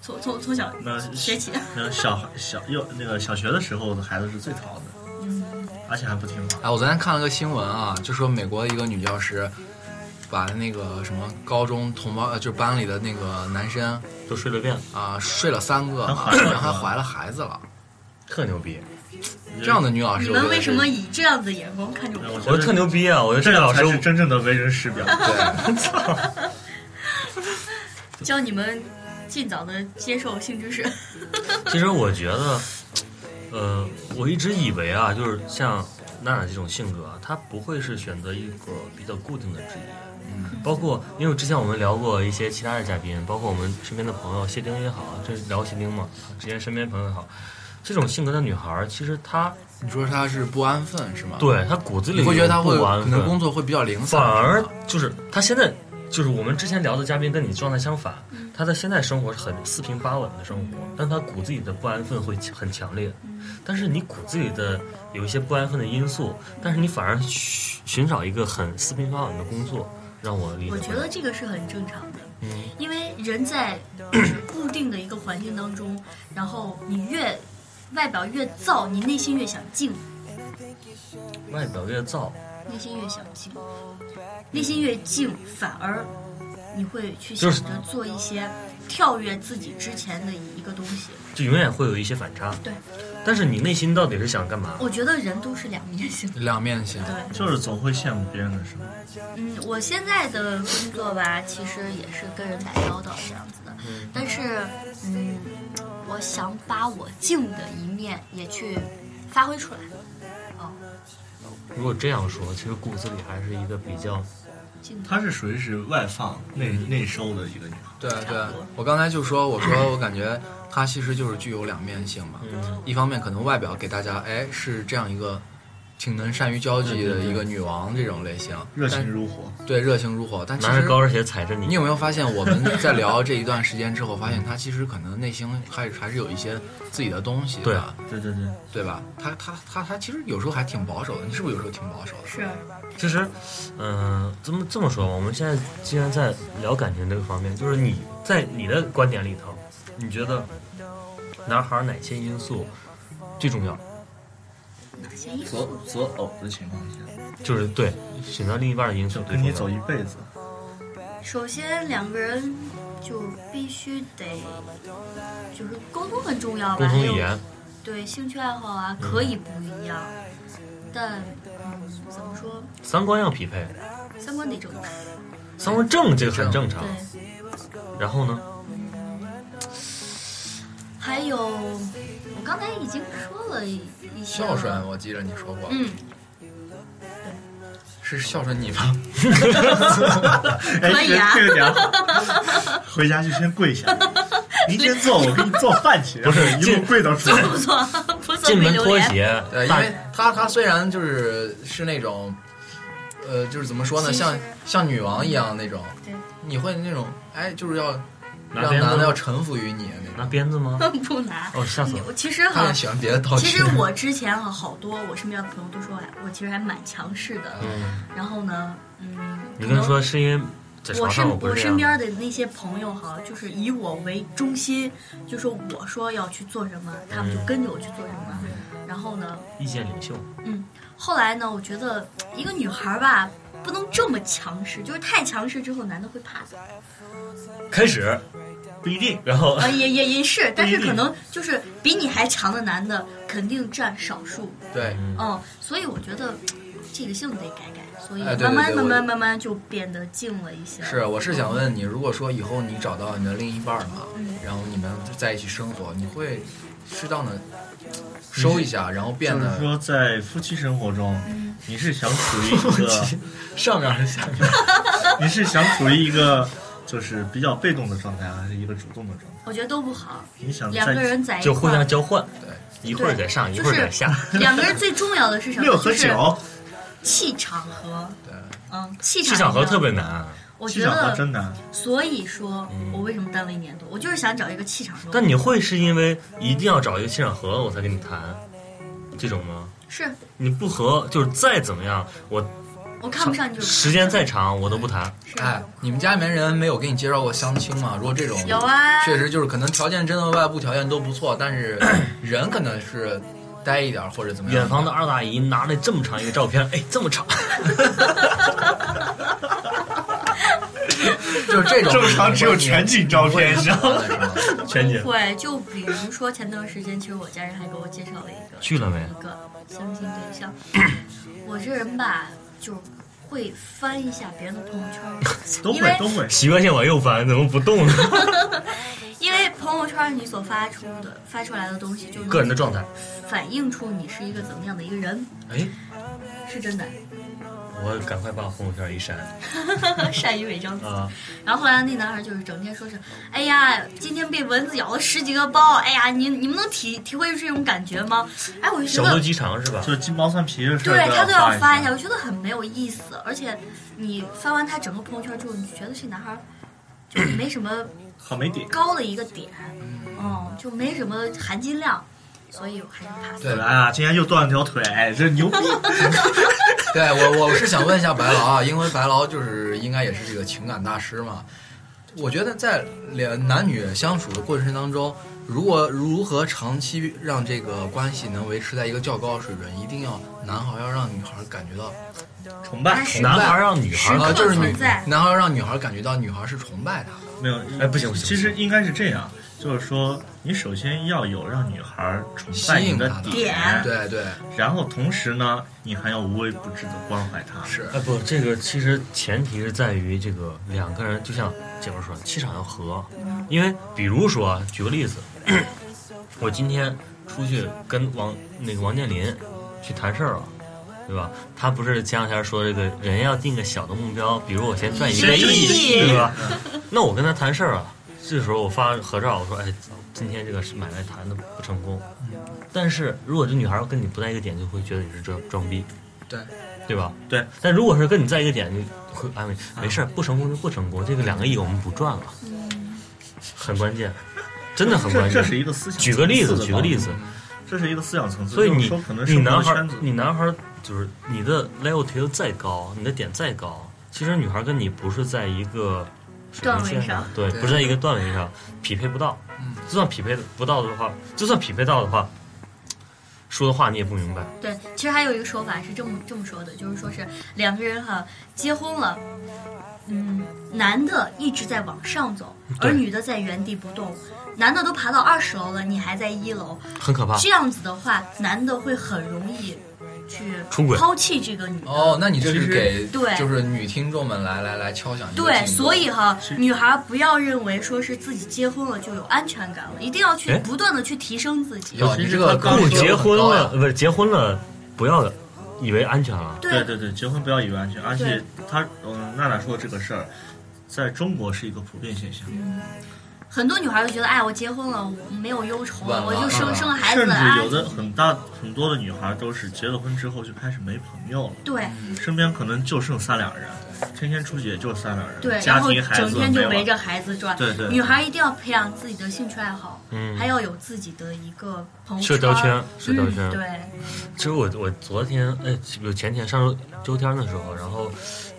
I: 从从从小
D: 那
I: 学起，
D: 那小孩小幼那个小学的时候的孩子是最淘的，而且还不听话。
F: 哎，我昨天看了个新闻啊，就说美国一个女教师把那个什么高中同胞，呃就是班里的那个男生
B: 都睡了遍，
F: 啊、睡了三个，
D: 还
F: 然后还
D: 怀了
F: 怀了孩子了。
B: 特牛逼！
F: 这样的女老
I: 你
F: 师，
I: 们
F: 我觉得
I: 为
F: 是
I: 什么以这样的眼光看着我？
D: 我
B: 我觉得特牛逼啊！我觉得这个老
D: 才
B: 师
D: 是真正的为人师表。
I: <laughs> 教你们尽早的接受性知识。
B: 其实我觉得，呃，我一直以为啊，就是像娜娜这种性格啊，她不会是选择一个比较固定的职业。包括，因为之前我们聊过一些其他的嘉宾，包括我们身边的朋友谢丁也好，这是聊谢丁嘛，之前身边朋友也好，这种性格的女孩儿，其实她
F: 你说她是不安分是吗？，
B: 对她骨子里
F: 你会觉得她会
B: 不安
F: 可能
B: 分
F: 工作会比较零散，
B: 反而
F: 是吗
B: 就是他现在就是我们之前聊的嘉宾跟你状态相反，
I: 嗯
B: 他的现在生活是很四平八稳的生活，但他骨子里的不安分会很强烈。
I: 嗯
B: 但是你骨子里的有一些不安分的因素，但是你反而寻寻找一个很四平八稳的工作，让我理解
I: 我
B: 不了。
I: 觉得这个是很正常的，
B: 嗯
I: 因为人在就是固定的一个环境当中，然后你越外表越燥，你内心越想静，
B: 外表越燥，
I: 内心越想静，内心越静，反而你会去
B: 就
I: 想
B: 是
I: 着做一些跳跃自己之前的一个东西。
B: 就永远会有一些反差。
I: 对，
B: 但是你内心到底是想干嘛？
I: 我觉得人都是两面性的。
F: 两面性。
I: 对，
D: 就是总会羡慕别人的生活。
I: 嗯，我现在的工作吧，其实也是跟人打交道这样子的，但是，嗯，我想把我静的一面也去发挥出来，
B: 如果这样说，其实骨子里还是一个比较
I: 静的
D: 她是属于是外放内内收的一个女孩。
F: 对对，我刚才就说，我说我感觉她其实就是具有两面性
I: 嗯
F: 嘛。
B: 嗯
F: 一方面可能外表给大家，哎，是这样一个挺能善于交际的一个女王这种类型，
D: 热
F: 但
D: 情如火，
F: 对热情如火，但其
B: 拿
F: 实
B: 着高跟鞋踩着
F: 你有没有发现，我们在聊这一段时间之后，发现她其实可能内心还是还是有一些自己的东西，
B: 对
F: 吧？
D: 对对对，
F: 对吧？她她她她其实有时候还挺保守的，你是不是有时候挺保守的？
I: 是
B: 其实，嗯、这么这么说吧，我们现在既然在聊感情这个方面，就是你在你的观点里头，你觉得男孩儿哪些因素最重要？
I: 哪些因
D: 择
I: 素？
D: 择偶的情况下，
B: 就是对选择另一半的因素
D: 就
B: 最
D: 跟
B: 重
D: 你
B: 要。
D: 走一辈子。
I: 首先两个人就必须得，就是沟通很重要吧，
B: 沟
I: 还
B: 通
I: 有
B: 语言，
I: 对兴趣爱好啊可以不一样，但嗯怎么说，
B: 三观要匹配，
I: 三观得正，
B: 啊三观正这个很正常
I: 对。。
B: 然后呢，
I: 还有，我刚才已经说了一一些
F: 孝
I: 了
B: 啊
F: 顺，，我记着你说过，
I: 嗯，
F: 是孝顺你吗？
D: 哎
I: 可以啊
D: 这个点好，回家就先跪下。您先坐，我给你做饭去。不
B: 是
D: 一路
B: 进
D: 跪到出来
I: 不。错， <laughs> 不错，
B: 进
I: 没
B: 门
I: 榴
B: 脱
I: 莲。
B: 鞋，
F: 对，呃因
B: 大
F: 为她她虽然就是是那种，呃，就是怎么说呢，
I: 其实
F: 像像女王一样那种，
I: 对，
F: 你会那种哎，就是要
B: 拿
F: 让
B: 鞭
F: 男
B: 子
F: 的要
B: 吗，
F: 臣服于你那
B: 拿
F: 种。
B: 鞭子吗？
I: <laughs> 不拿。
B: 哦，吓死我！
I: 我其实
F: 他
I: 哈
F: 也，喜欢别的道具。
I: 其实我之前啊，好多我身边的朋友都说，哎，我其实还蛮强势的。
B: 嗯，
I: 然后呢，嗯，
B: 你
I: 可
B: 跟
I: 能
B: 他说是因为在
I: 我
B: 床
I: 身
B: 上我不
I: 我
B: 是这
I: 身
B: 样，
I: 边的那些朋友哈，就是以我为中心，就说我说要去做什么，他
B: 嗯
I: 们就跟着我去做什么。然后呢，
B: 意见领袖，
I: 后来呢，我觉得一个女孩吧，不能这么强势，就是太强势之后，男的会怕的。
B: 开始，
D: 不一定，
B: 然后
I: 啊，也也也是，但是
D: 不一定
I: 可能就是比你还强的男的肯定占少数，
F: 对，
I: 嗯，所以我觉得这个性得改改，所以
F: 哎对
I: 慢慢
F: 对对
I: 慢
F: 我
I: 慢慢慢就变得静了一些。
F: 是，我是想问你，如果说以后你找到你的另一半儿嘛
I: 嗯，
F: 然后你们在一起生活，你会适当的收一下，然后变
D: 就是
F: 得
D: 说在夫妻生活中，
I: 嗯
D: 你是想处于一个，
F: 上面还是下面？
D: 你是想处于一个就是比较被动的状态，还是一个主动的状态？
I: 我觉得都不好，
D: 你想
I: 两个
D: 在
I: 人在一
B: 嗯就互
I: 块
B: 相 <laughs>
I: 儿，
B: 交换，
F: 对
B: 一会儿在上，一
I: 就
B: 会儿
I: 是
B: 在下。
I: 两个人最重要的是什么？
D: 六和
I: 就是
D: 九，
I: 气场和
F: 对，
I: 嗯，气
B: 气
I: 场
B: 场
I: 上
B: 和特别难。啊
I: 我
D: 气
I: 觉
D: 场和
I: 得，
D: 真难，
I: 所以说我为什么单位一年多，我就是想找一个气场高的。
B: 但你会是因为一定要找一个气场合我才跟你谈这种吗？
I: 是
B: 你不合就是再怎么样，我
I: 我看不上你就是
B: 时间再长我都不谈。
I: 是
F: 哎，你们家里面人没有给你介绍过相亲吗？如果这种
I: 有啊
F: 确实就是可能条件真的外部条件都不错，但是人可能是呆一点或者怎么样。
B: 远房的二大姨拿了这么长一个照片，哎，这
I: <laughs>
B: 么长，
F: 就是这种
D: 正常只有全景照片
F: 你知道吗？
B: 全景
I: 会，就比如说前段时间，其实我家人还给我介绍了一个
B: 去了没？
I: 一个相亲对象。我这人吧，就会翻一下别人的朋友
B: <laughs>
I: 圈，
D: 都
I: 因
D: 会
I: 为
D: 都会。
B: 习惯性往右翻，怎么不动呢？ <laughs>
I: 因为朋友圈你所发出的发出来的东西，就能
B: 个人的状态，
I: 反映出你是一个怎么样的一个人，
B: 哎，
I: 是真的。 <laughs>
B: 我赶快把朋友圈一删
I: 善于伪装自己。
B: 啊！
I: 然后后来那男孩就是整天说是，哎呀，今天被蚊子咬了十几个包，哎呀，你你们能体体会这种感觉吗？哎，我就觉
B: 手都
I: 得，
B: 肌长是吧？
D: 就鸡毛蒜皮的事儿
I: 对他都要
D: 发
I: 发一
D: 一
I: 下，
D: 下
I: 我觉得很没有意思。而且你翻完他整个朋友圈之后，你觉得这男孩就没什么
D: 好没底。
I: 高的一个点，嗯，就没什么含金量，所以我还是 pass。
F: 对
D: 哎呀，今天又断了条腿，这牛逼！ <laughs>
F: 对我，我是想问一下白劳啊，因为白劳就是应该也是这个情感大师嘛。我觉得在两男女相处的过程当中，如果如何长期让这个关系能维持在一个较高的水准，一定要男孩要让女孩感觉到，
I: <laughs>
D: 崇拜
I: 但是
B: 男孩让女孩
I: 时刻
F: 啊，就是女
I: 存在
F: 男孩要让女孩感觉到女孩是崇拜他的。
D: 没有，
B: 哎不行不行
D: 其实应该是这样，就是说你首先要有让女孩儿崇拜
F: 吸引
D: 你的
F: 她的
I: 点
F: 对对，
D: 然后同时呢，你还要无微不至的关怀她。
F: 是
B: 哎，不，这个其实前提是在于这个两个人，就像姐夫说，的，气场要合。因为比如说啊，举个例子，我今天出去跟王那个王健林去谈事儿了。对吧？他不是前两天说这个人要定个小的目标，比如我先赚一个亿，对吧？那我跟他谈事儿啊，这时候我发合照，我说：“哎，今天这个买卖谈的不成功。”但是如果这女孩儿跟你不在一个点，就会觉得你是装装逼，
F: 对
B: 对吧？
D: 对，
B: 但如果是跟你在一个点，你会安慰，哎没事儿，不成功就不成功，这个两个亿我们不赚了，很关键，真的很
D: 这
B: 关
D: 这是
B: 键。
D: 一个思想。
B: 举个例子，举个例
D: 子，
B: 子，
D: 这是一个思想层次。
B: 所以
D: 就是
B: 你
D: 说可能
B: 你
D: 生活
B: 男孩
D: 圈
B: 儿
D: 子，
B: 你男孩儿就是你的 level 提的再高，你的点再高，其实女孩儿跟你不是在一个水
I: 段
B: 平线
I: 位上，
B: 对，
F: 对
B: 不是在一个段位上匹配不到。
F: 嗯
B: 就算匹配不到的话，就算匹配到的话，说的话你也不明白。
I: 对，其实还有一个说法是这么这么说的，就是说是两个人哈结婚了，嗯，男的一直在往上走，而
B: 对
I: 女的在原地不动，男的都爬到二十楼了，你还在一楼，
B: 很可怕。
I: 这样子的话，男的会很容易去
B: 出轨
I: 抛弃这个女的。
F: 哦，那你这是给
I: 对
F: 就是女听众们来来来敲响一个
I: 对，
F: 警钟
I: 所以哈，女孩不要认为说是自己结婚了就有安全感了，一定要去
B: 哎
I: 不断的去提升自己。
F: 哟，你这个
B: 不
F: 高度
B: 结
F: 很
B: 婚
F: 高呀啊
B: 了，不是结婚了，不要以为安全了。
I: 对
D: 对对对，结婚不要以为安全，而且他嗯，娜娜说的这个事儿，在中国是一个普遍现象，
I: 很多女孩就觉得，哎，我结婚了，我没有忧愁了，
F: 稳了
I: 我就
F: 嗯
I: 生生了孩子
D: 甚
I: 了
D: 至
I: 啊。
D: 有的很大很多的女孩都是结了婚之后就开始没朋友了。
I: 对，
D: 身边可能就剩三两人，天天出去也就三两人，
I: 对，
D: 家
I: 然后
D: 庭孩
I: 整
D: 子
I: 天就
D: 没
I: 围
D: 有
I: 着孩子转。
D: 对对
I: 女孩一定要培养自己的兴趣爱好，
B: 嗯
I: 还要有自己的一个朋友
B: 社交圈
I: 圈，
B: 社交
I: 嗯、
B: 圈
I: 对，
B: 其实我我昨天哎，不是前天上周周天的时候，然后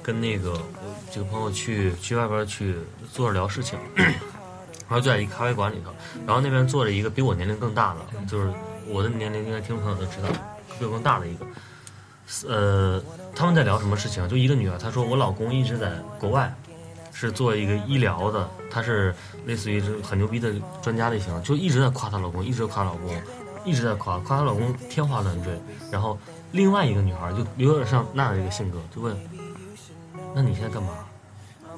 B: 跟那个我几个朋友去去外边去坐着聊事情，然后就在一咖啡馆里头，然后那边坐着一个比我年龄更大的，就是我的年龄应该听众朋友都知道，比我更大的一个，呃，他们在聊什么事情啊？就一个女的，她说我老公一直在国外，是做一个医疗的，她是类似于是很牛逼的专家类型，就一直在夸她老公，一直夸老公，一直在夸夸她老公天花乱坠。然后另外一个女孩就有点像娜娜这个性格，就问：“那你现在干嘛？”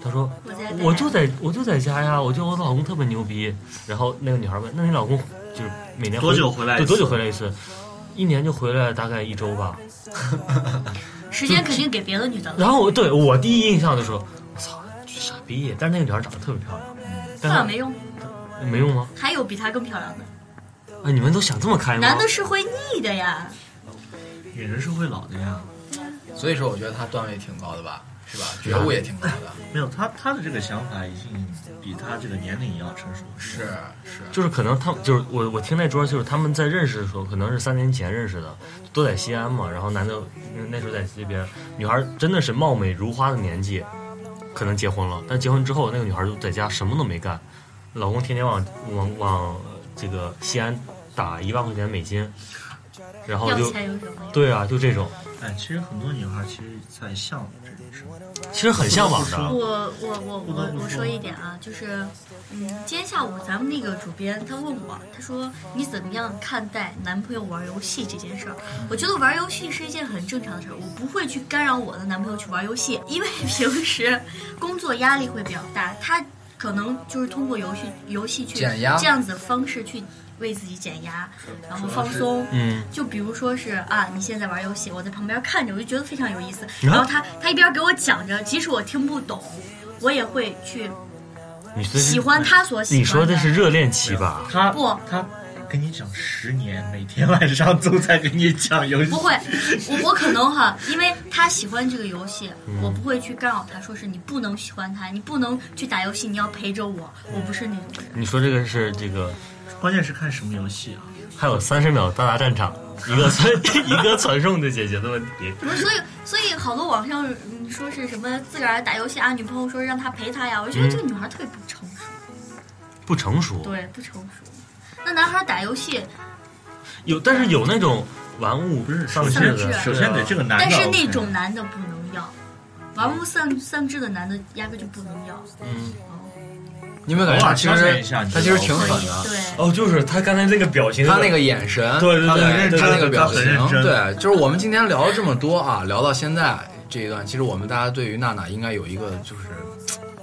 B: 她说
I: 我在：“
B: 我就在我就在家呀，我觉得我老公特别牛逼。”然后那个女孩问：“那你老公就是每年回
D: 多久回来一
B: 对，
D: 次？
B: 多久回来一次？一年就回来大概一周吧。
I: 时间肯定给别的女的了，
B: 然后我对我第一印象就说，我操，傻逼！但是那个女孩长得特别漂亮，
I: 算了
B: 但
I: 没用，
B: 是没用吗？
I: 还有比她更漂亮的，
B: 哎，你们都想这么开吗？
I: 男的是会腻的呀。
D: 女人是会老的呀，
F: 所以说，我觉得他段位挺高的吧。
D: 是吧？
B: 啊
F: 觉悟也挺高的，
D: 没有他他的这个想法已经比他这个年龄要成熟。
F: 是是，
B: 就是可能他们就是我我听那桌就是他们在认识的时候，可能是三年前认识的，都在西安嘛。然后男的嗯那时候在这边，女孩真的是貌美如花的年纪，可能结婚了。但结婚之后，那个女孩就在家什么都没干，老公天天往往往这个西安打一万块钱美金，然后
I: 要
B: 就
I: 钱有什么用？
B: 对啊，就这种，
D: 哎，其实很多女孩其实在向往这种生活。
B: 其实很向往的。
I: 我我我
D: 不得
I: 我
D: 不
I: 我
D: 说
I: 说一点啊，就是，嗯，今天下午咱们那个主编他问我，他说你怎么样看待男朋友玩游戏这件事儿？我觉得玩游戏是一件很正常的事儿，我不会去干扰我的男朋友去玩游戏，因为 <laughs> 平时工作压力会比较大，他可能就是通过游戏游戏去
F: 减压
I: 这样子的方式去为自己减压，然后放松，
B: 嗯，
I: 就比如说是啊，你现在玩游戏，我在旁边看着，我就觉得非常有意
B: 啊
I: 思。然后他他一边给我讲着，即使我听不懂，我也会去
B: 你这是
I: 喜欢他所喜欢
B: 你说这是热恋期吧？
D: 他
I: 不
D: 他跟你讲十年，每天晚上都在跟你讲游戏。
I: 不会，我我可能哈，因为他喜欢这个游戏，
B: 嗯
I: 我不会去干扰他，说是你不能喜欢他，你不能去打游戏，你要陪着我，我不是那种人。
B: 你说这个是这个
D: 关键是看什么游戏啊？
B: 还有三十秒到达战场，一个传 <laughs> 一个传送就解决的问题。
I: 不是，所以所以好多网上嗯说是什么自个儿打游戏啊，女朋友说让他陪他呀，我
B: 嗯
I: 觉得这个女孩特别不成熟，
B: 不成熟，
I: 对，不成熟。那男孩打游戏，
B: 有但是有那种玩物不是上
D: 首
B: 市
D: 先
B: 的，啊
D: 首先得这
B: 个
D: 个男的，
I: 但是那种男的不能要，玩物丧丧志的男的压根就不能要。
B: 嗯
F: 啊你有没有感觉他其
D: 偶尔挑战一
F: 实
D: 下你
F: 他其实挺狠的，
I: 对，
B: 哦，就是他刚才那个表情，
F: 他那个眼神，
B: 对对对
F: 他那个
D: 认真
F: 他那个表
D: 他
F: 情
D: 很认，真
F: 对，就是我们今天聊了这么多啊，聊到现在这一段，其实我们大家对于娜娜应该有一个就是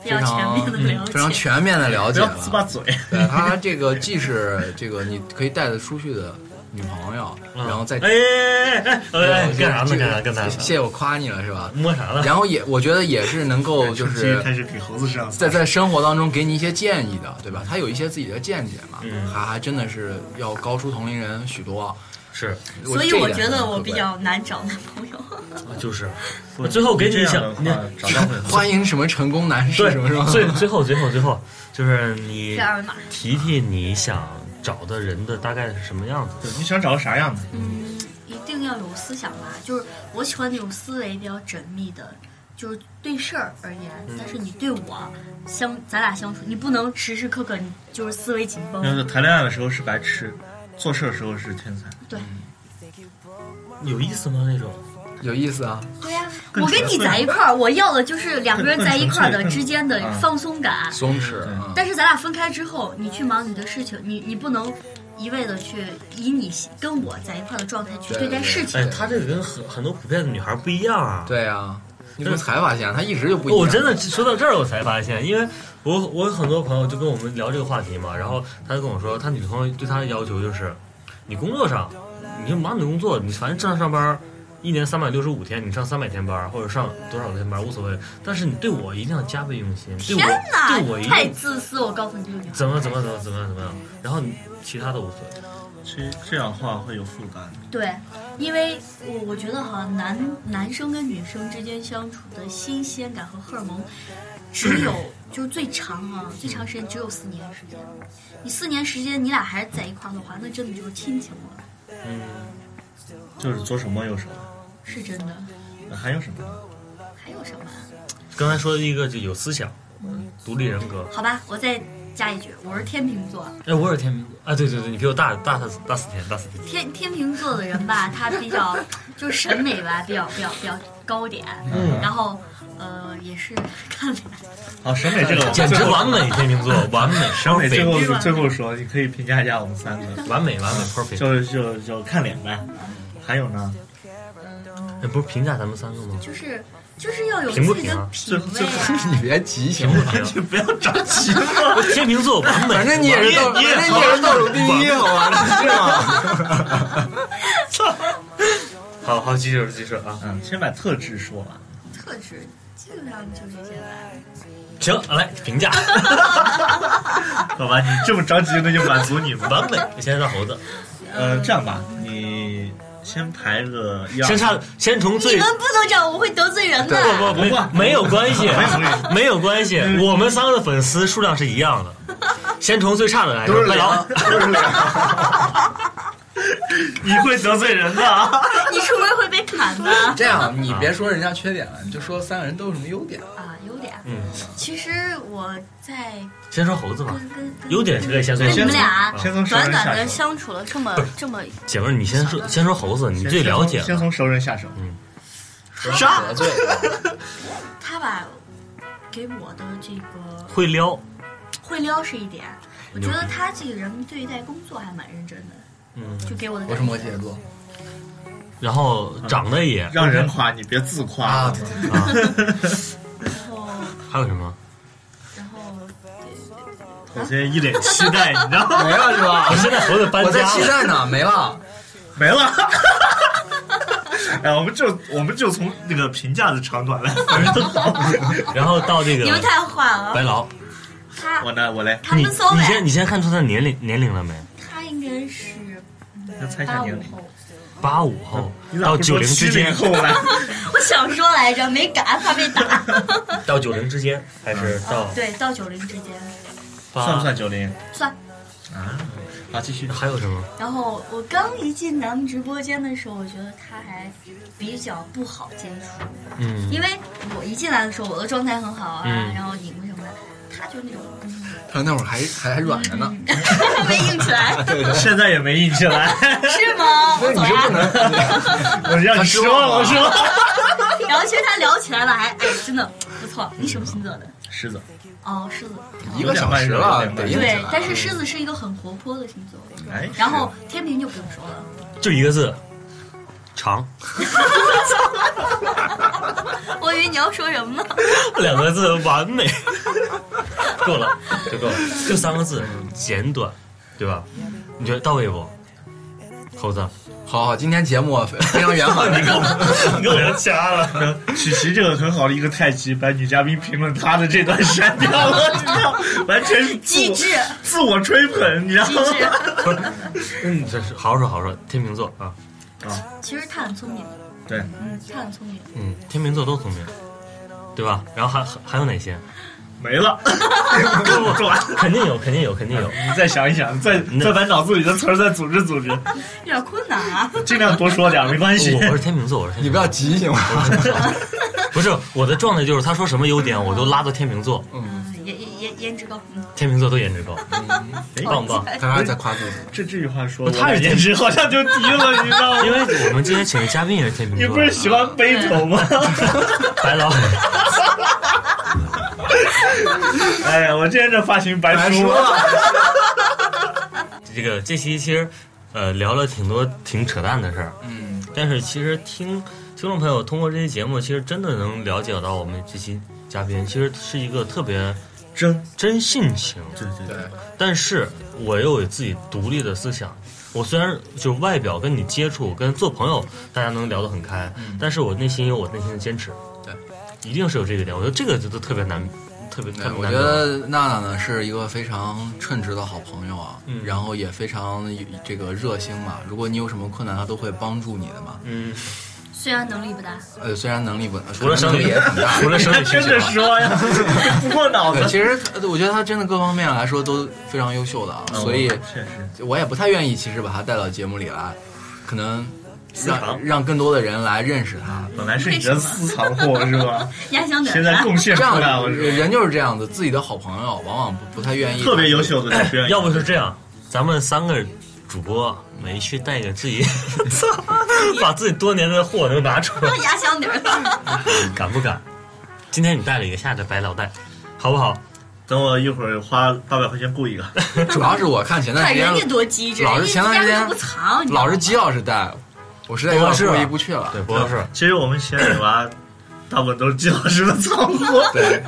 I: 比较全面的了解。
F: 嗯非常全面的了
D: 不
F: 解
D: 要
F: 了
D: 自。把嘴。
F: 对他这个既是这个你可以带得出去的女朋友，
B: 嗯，
F: 然后再
B: 哎哎哎哎哎，
F: 这个
B: 干啥呢？
F: 这个
B: 干啥？干啥嗯呢？
F: 谢谢我夸你了是吧？
B: 摸啥了？
F: 然后也我觉得也是能
D: <laughs>
F: 够就
D: 直接
F: 是
D: 开始给猴子上
F: 在在生活当中给你一些建议的，对吧？他有一些自己的见解嘛，
B: 嗯
F: 还还真的是要高出同龄人许多。
B: 是，
I: 所以
F: 这一
I: 我
F: 点
I: 觉
F: 很
I: 得
F: 可
I: 我
F: 贵
I: 比较难找男朋友。 <laughs>
B: 就是我最后给你想
D: 这样的话找到会很
F: <laughs> 欢迎什么成功男士
B: 对
F: 什么什么，，
B: 最最后最后最后就是你
I: 这二维码，
B: 提提你想找的人的大概是什么样子？
D: 对你想找个啥样的？
I: 嗯，一定要有思想吧，就是我喜欢那种思维比较缜密的。就是对事儿而言，
F: 嗯
I: 但是你对我相，咱俩相处，你不能时时刻刻你就是思维紧
F: 嗯
D: 那
I: 绷，
D: 个谈恋爱的时候是白痴，做事的时候是天才。
I: 对，
B: 有意思吗？那种
F: <laughs> 有意思啊。
I: 对呀、
D: 更
I: 我跟
D: 纯
I: 你
D: 粹
I: 在一块儿，我要的就是两个人在一块儿的
D: 更纯粹
I: 之间的
D: 嗯
I: 放松感，
F: 松弛，
D: 对
F: 嗯
I: 但是咱俩分开之后，你去忙你的事情，你你不能一味的去以你跟我在一块儿的状态去
F: 对
I: 对待
F: 对
I: 事情
B: 哎，。他这个跟很很多普遍的女孩不一样啊。
F: 对啊，你怎么才发现他一直就不一样？
B: 我真的说到这儿，我才发现，因为我我有很多朋友就跟我们聊这个话题嘛，然后他就跟我说，他女朋友对他的要求就是，你工作上，你就忙你的工作，你反正正常上班，一年三百六十五天，你上三百天班或者上多少天班无所谓，但是你对我一定要加倍用心，对我
I: 天哪
B: 对我，一
I: 太
B: 定
I: 自私！我告诉你，这个女孩
B: 怎么怎么怎么怎么样怎么样，然后你其他的无所谓，
D: 其实这样的话会有负担。
I: 对，因为我我觉得哈，男男生跟女生之间相处的新鲜感和荷尔蒙，只有就是最长啊，最长时间只有四年时间。你四年时间，你俩还在一块儿的话，那真的就是亲情了，
B: 嗯，
D: 就是左手摸右手，
I: 是真的。
D: 那还有什么呢？
I: 还有什么？啊
B: 刚才说的一个就有思想，独立人格，
I: 好吧，我再加一句，我是天秤座。
B: 哎，我也是天秤座，啊，对对对，你比我大大大大四天，大四天，
I: 天天秤座的人吧，他比较就是审美吧，比较比较比较高点，然后呃也是看脸，
D: 好，审美这个我们
B: 简直
D: 最后
B: 完美，天秤座完美，
D: 审美最后
I: 是吧
D: 最后说，你可以评价一下我们三个，
B: 完美完美 perfect，
D: 就就就看脸呗。还有呢，
B: 哎，不是评价咱们三个吗？
I: 就是就是要有
B: 平不
I: 自己
B: 平
I: 的
B: 啊
I: 品
F: <laughs> 你
I: 味啊。
F: 别急行
B: 不
F: 吗？
D: <laughs>
B: 评，
D: 不要着急嘛。
B: 天秤座完美，
F: 反正你也是倒，反正
B: <laughs>
F: 你也是倒数第一， <laughs> 好吧？你这样，
B: 好好记住记住啊。
D: <laughs> 嗯，先把特质说完。
I: 特质基本上就这些吧。
B: 行，来评价
D: 好吧，你这么着急，那就满足你吧。
B: 完美。现在到猴子，
D: 呃，这样吧，你先排个一二
B: 先唱，先从
I: 你
B: 最
I: 们不能这样，我会得罪人
F: 对
I: 的。
B: 不不没有关系，没有关系，我们三个的粉丝数量是一样的。先从最差的来，说，麦当 <laughs>
D: 你会得罪人的啊。
I: 你是不是会被砍的？
F: 这样你别说人家缺点了，你就说三个人都有什么优点。
I: 啊，优点。
B: 嗯，
I: 其实我在
B: 先说猴子吧
I: 跟。跟跟
B: 优点可以先说
I: 跟你们俩
D: 先从先从熟
I: 短
D: 人
I: 短
D: 下
I: 的
D: 手
I: 相处了这么这么，
B: 姐妹儿，你先说，先说猴子，你最了解
D: 先
B: 了。
D: 从先从熟人下手。
F: 啥得罪了？
I: 他吧给我的这个
B: 会撩，
I: 会撩是一点，我觉
B: 牛
I: 得
B: 逼
I: 他这个人对待工作还蛮认真的，
B: 嗯，
I: 就给我的
F: 我
I: 感
F: 是
I: 觉。
F: 摩羯座
B: 然后长得也，
D: 让人夸你，别自
F: 啊，
D: 夸
F: 对。对
I: 然后
B: 还有什么？
I: 然
B: <laughs>
I: 后
D: 我现在一脸期待，你知道吗？
F: 没了是
D: 啊
B: 我
F: 吧？
B: 现在猴子搬
F: 我在
B: 家
F: 期
B: 了，
F: 待呢，没了。
D: 没了。 <laughs> 哎，我们就我们就从那个评价的长短来分
B: 然后到这个
I: 你们太坏了，
B: 白狼，
I: 他
D: <laughs> 我呢，我来，
I: 他
B: 你
I: 们骚
B: 你先
I: 呗，
B: 你先看出他年龄年龄了没？
I: 他应该是
D: 先猜一下
I: 八
D: 年
I: 五
D: 龄。
I: 后。
B: 八五后
D: 嗯你咋
B: 到
D: 不
B: 九
D: 说
B: 零之
D: 七
B: 间
D: 零，后
B: <laughs>
D: 呢？
I: 我想说来着，没敢，怕被打。
B: 到九零之间还是到
I: 对，到九零之间
B: 八
D: 嗯算不算九零？
I: 算。
D: 啊，好，继续。
B: 还有什么？
I: 然后我刚一进咱们直播间的时候，我觉得他还比较不好接触，
B: 嗯
I: 因为我一进来的时候，我的状态很好啊，
B: 嗯
I: 然后赢什么的，他就那种
F: 他那会儿还还还软着呢，
I: 嗯 <laughs> 没硬起来，
D: <laughs>
B: <laughs>
D: 现在也没印起来，
I: 是吗？
F: 那
I: 我
F: 你
I: 走
F: 就不
I: 呀。
F: 能
D: 我让你失望了是吧？
I: <laughs> 然后其实他聊起来了，还哎，真的不错。你什么星座的？
D: 狮子，
I: 哦，狮子。
F: 一个小时了，得硬起
I: 对
F: 来，。
I: 但是狮子是一个很活泼的星座，
D: 哎，
I: 然后天平就不用说了。
B: 就一个字，长， <laughs>
I: 我以为你要说什么呢？
B: 两个字完美， <laughs> 够了，就够了，就三个字，
D: 嗯
B: 简短，对吧？你觉得到位不？猴子，
F: 好好，今天节目非常圆满。
B: <laughs> 你给我掐了。
D: <laughs> 是曲奇这个很好的一个太极，把女嘉宾评论她的这段删掉了，你知道吗，完全是自
I: <laughs> 机
D: 我
I: 智，
D: 自我吹捧，你知道
I: 机
D: 吗？
I: 智。
B: 不是， <laughs> 嗯，这是好好说，好好说。天秤座啊，
I: 其实他很聪明，
D: 对，
I: 嗯，他很聪明。
B: 嗯，天秤座都聪明，对吧？然后还还还有哪些？
D: 没了， <laughs> 不转。
B: 肯定有，肯定有，肯定
D: <laughs>
B: 有。
D: 你再想一想，再
B: 那
D: 再把脑子里的词儿再组织组织，
I: 有点困难啊。
D: 尽量多说点，没关系
B: 我。我是天秤座，我是天
F: 你不
B: 秤座
F: 要急行吗？
B: <laughs> 不是我的状态就是他说什么优点我都拉到天秤座，
I: 嗯，颜颜颜颜值高，嗯，
B: 天秤座都颜值高，
D: 嗯
B: <laughs> 棒
D: <laughs>
B: 棒。
F: 他还在夸自己。
D: 这这句话说，
B: 不他是
D: 我的颜值好像就低了，你知道吗？
B: 因为我们今天请的嘉宾也是天秤
D: 你
B: 座，
D: 不是喜欢背头吗？
B: 白老
D: 哎呀，我今天这发型白啊
F: 白
D: 输
F: 说了，
B: 这个这期其实呃聊了挺多挺扯淡的事儿，
F: 嗯，
B: 但是其实听听众朋友通过这期节目，其实真的能了解到我们这期嘉宾其实是一个特别
D: 真
B: 真性情，
D: 对对
F: 对，
B: 但是我又有自己独立的思想。我虽然就是外表跟你接触，跟做朋友，大家能聊得很开，但是我内心有我内心的坚持，
F: 嗯对，
B: 一定是有这个点。我觉得这个就特别难，特别特
F: 对，
B: 别
F: 我
B: 难
F: 觉
B: 得。
F: 得娜娜呢是一个非常称职的好朋友啊，
B: 嗯
F: 然后也非常这个热心嘛。如果你有什么困难，她都会帮助你的嘛。
B: 嗯，
I: 虽然能力不大，
F: 呃，虽然能力不，
B: 除了生
F: 可能能
B: 理
F: 力也很大，
B: <laughs> 除了生
D: 还
B: 理啊需
D: <laughs> 真的
B: 求，
D: 说呀，不过脑
F: 对，
D: 子。
F: 其实她我觉得她真的各方面来说都非常优秀的
B: 嗯
F: 啊，所以
D: 确实，
F: 我也不太愿意其实把她带到节目里来，可能
D: 藏
F: 让让更多的人来认识她。
D: 本来是你的私藏货是吧？
I: 压箱底
D: 现在
I: 儿。
D: 贡献
F: 这
D: 出
F: 样
D: 来了是吧？
F: 人就是这样子，自己的好朋友往往不不太愿意
D: 特别优啊秀的就不愿意
B: 哎要不是这样，咱们三个主播没去带给自
D: <laughs>
B: 己， <laughs> 把自己多年的货能拿出来，
I: <laughs> 压箱底儿了，
B: 敢不敢？今天你带了一个，下次白老带，好不好？
D: 等我一会儿花八百块钱雇一个，
F: 主要是我看前段
I: 看
F: 时间
I: 哎人家多机智，
F: 老是前段时
I: 人家
F: 间
I: 都不藏，你知道
F: 老
I: 吗
F: 是姬老师带，我实在有点过意不去了。
B: 啊对，不合适。
D: 其实我们现在娃大部分都是季老师的藏货。
F: 对，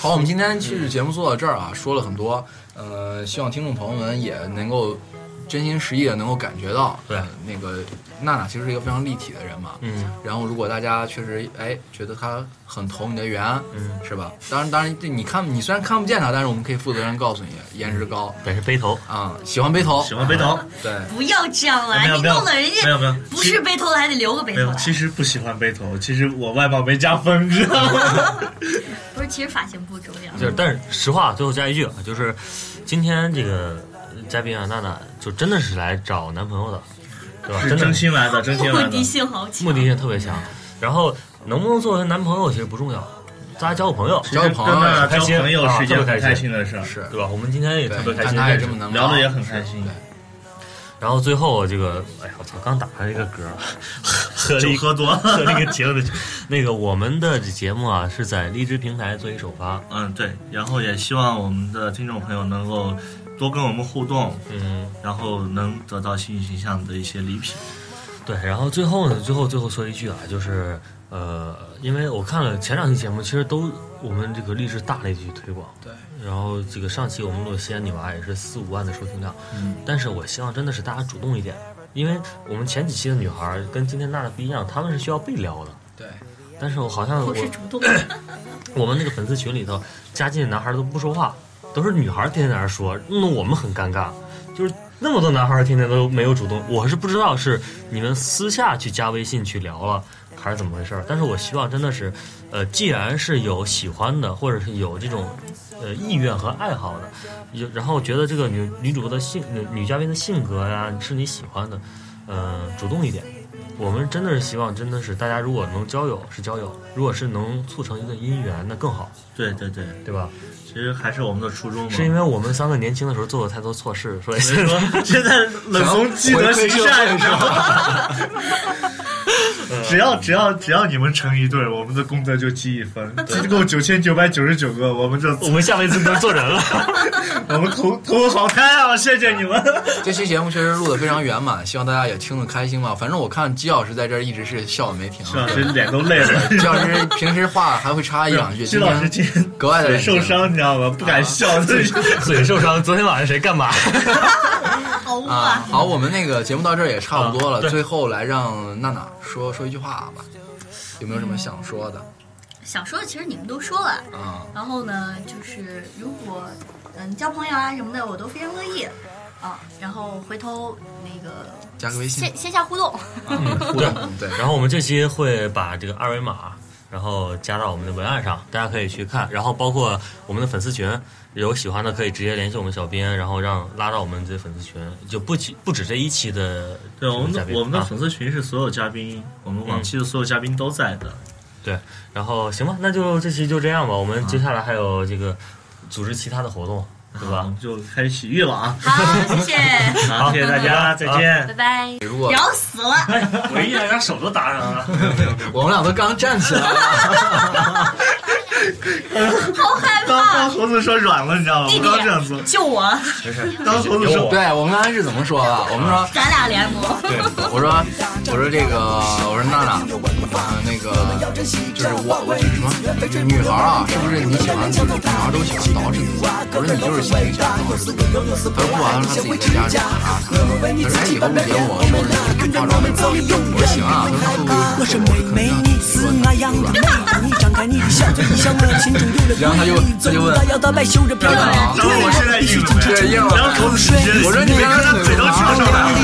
F: 好，我们今天去节目做到这儿啊，说了很多，呃，希望听众朋友们也能够真心实意的能够感觉到，
B: 对
F: 呃那个娜娜其实是一个非常立体的人嘛，
B: 嗯
F: 然后如果大家确实哎觉得他很投你的缘，
B: 嗯，
F: 是吧？当然当然，这你看你虽然看不见他，但是我们可以负责任告诉你，颜值高
B: 本是背头，
F: 啊、喜欢背头，
D: 喜欢背头，
F: 对，
I: 不要这样啊！
D: 没有
I: 你
D: 没有
I: 弄得人家
D: 没有没有
I: 不是背头的还得留个背
D: 没
I: 头啊来。
D: 有，其实不喜欢背头，其实我外貌没加分，知道吗？
I: 不是，其实发型不重要。
B: 就是，但是实话，最后加一句啊，就是今天这个呃嘉宾啊，娜娜就真的是来找男朋友的，对吧？
D: 是
B: 真的
D: 真心来的，真心来
I: 目
D: 的
I: 的。性好强。
B: 目
I: <laughs>
B: 的性特别强。然后能不能作为男朋友其实不重要，大家交个朋友，
F: 交朋
D: 跟
F: 友
D: 娜娜
B: 开
D: 交
B: 心
D: 朋友
B: 啊
D: 是一件
B: 特别
D: 很
B: 开心
D: 开心的事儿，
F: 是
B: 对吧？我们今天也
F: 对
B: 特别，开
F: 看
B: 心，
F: 他也这么能啊
D: 聊
F: 搞
D: 得也很开心，
B: 然后最后这个，哎呀，我操，刚打上一个嗝， <laughs> 喝了
D: 酒
B: 一
D: 喝多了。
B: 喝了一个节目的酒，那个我们的节目啊是在荔枝平台做一首发，
D: 嗯，对，然后也希望我们的听众朋友能够多跟我们互动，
B: 嗯，
D: 然后能得到新形象的一些礼品。
B: 对。然后最后呢，最后最后说一句啊，就是呃，因为我看了前两期节目，其实都我们这个励志大力去推广，
F: 对。
B: 然后这个上期我们录的西安女娃也是四五万的收听量，
F: 嗯
B: 但是我希望真的是大家主动一点，因为我们前几期的女孩儿跟今天娜娜不一样，她们是需要被撩的。
F: 对，
B: 但是我好像我
I: 我是主
D: <laughs>
I: 动，
B: 我们那个粉丝群里头，加进的男孩都不说话，都是女孩天天在那儿说，弄得我们很尴尬。就是那么多男孩天天都没有主动，我是不知道是你们私下去加微信去聊了，还是怎么回事儿。但是我希望真的是，呃，既然是有喜欢的，或者是有这种。呃，意愿和爱好的，有然后觉得这个女女主播的性女女嘉宾的性格呀、是你喜欢的，呃，主动一点，我们真的是希望，真的是大家如果能交友是交友，如果是能促成一个姻缘，那更好，
D: 对对对，
B: 对吧？
D: 其实还是我们的初衷嘛。
B: 是因为我们三个年轻的时候做了太多错事， <laughs> 所以
D: 所以说现在冷从积德行善，你知道吗？ <laughs>
B: 嗯
C: 只要只要只要你们成一对，我们的功德就积一分，积够九千九百九十九个，我们就
B: 我们下辈子能做人 <laughs> 了。
C: 我们投投好看啊！谢谢你
B: <laughs>
C: 们。
F: 这期节目确实录的非常圆满，希望大家也听得开心吧。反正我看姬老师在这儿一直是笑的没停。
D: 徐老师脸都累了。
F: <laughs> 姬老师平时话还会插一两
B: <laughs>
F: 句，
D: 徐老
B: 啊
D: 师今天
F: 格外的
D: 嘴受伤，你知道吗？不敢笑，自己
B: 嘴受伤，昨天晚上谁干嘛？
I: 好污
F: 啊
I: 啊！。
F: 好，我们那个节目到这儿也差不多
B: 啊
F: 了，
B: 对
F: 最后来让娜娜说说一句话吧，有没有什么想说的
I: 想说的其实你们都说了，
F: 啊？
I: 然后呢，就是如果嗯交朋友啊什么的，我都非常乐意啊。然后回头那个
F: 加个微信
I: 线线下互动，
F: 啊，互动对，
B: <laughs> 然后我们这期会把这个二维码，然后加到我们的文案上，大家可以去看。然后包括我们的粉丝群，有喜欢的可以直接联系我们小编，然后让拉到我们这粉丝群，就不仅不止这一期的
D: 对，我们
B: 嘉
D: 的
B: 宾
D: 我们的
B: 啊
D: 粉丝群是所有嘉宾，我们往期的所有嘉宾都在的。
B: 对，然后行吧，那就这期就这样吧。我们接下来还有这个组织其他的活动，对
D: 啊好我
B: 吧
D: 们？就开始洗浴了啊！
I: 好，谢
D: <laughs>
I: 谢，
D: 好，谢谢大家，再见
I: 拜。拜。
F: 如果
I: 聊死了，
D: <laughs> 我一人手都打上了。
F: 我们俩都刚站起来了，
I: 好害
D: <laughs> 当 <laughs> 当
I: 怕！
D: 猴子说软了，你知道吗？
I: 弟
D: 我
I: 弟
D: 刚这样做，，
I: 救我！
D: 当猴子
B: 有
D: 说
B: 我，
F: 对我们刚才是怎么说的？我们说
I: 咱俩联盟。
F: 我说，我说这个，我说娜娜，呃，那个就是我，我就是什么女孩啊，是不是你喜欢就是女孩都喜欢捯饬自己？我说你就是喜欢捯饬自己。她说不啊，她说她自己在家里打扮。她说哎，以后不给我，是不是你不化妆的？我说行啊。她说会不会
G: 我是美眉，你是我养的妹。你张开你的小嘴，向我心中有了
F: 然后他就他就问
G: 摇到摆袖着漂亮
F: 然后
D: 然后我现在硬了没？
F: 这硬
D: 然后猴
F: 了？
D: 子直接，
F: 我说你
D: 没
F: 刚
D: 看
F: 刚
D: 他嘴都翘上来了。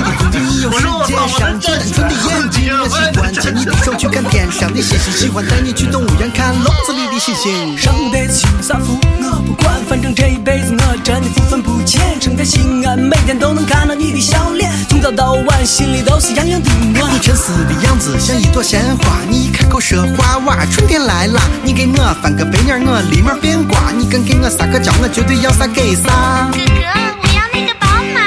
D: 我说我操，我能站起来，我直接
G: 喜欢牵你的手去看天上的星星，喜欢带你去动物园看笼子里的星星。上辈子修啥福我不管，反正这一辈子我真的福分不浅。生在西安，每天都能看到你的笑脸，从早到晚心里都是洋洋的暖。你沉思的样子像一朵鲜花，你一开口说话哇，春天来了。你给我翻个白眼儿，我立马变卦。你敢给我撒个娇，我绝对要啥给啥。
A: 哥哥，我要那个宝马。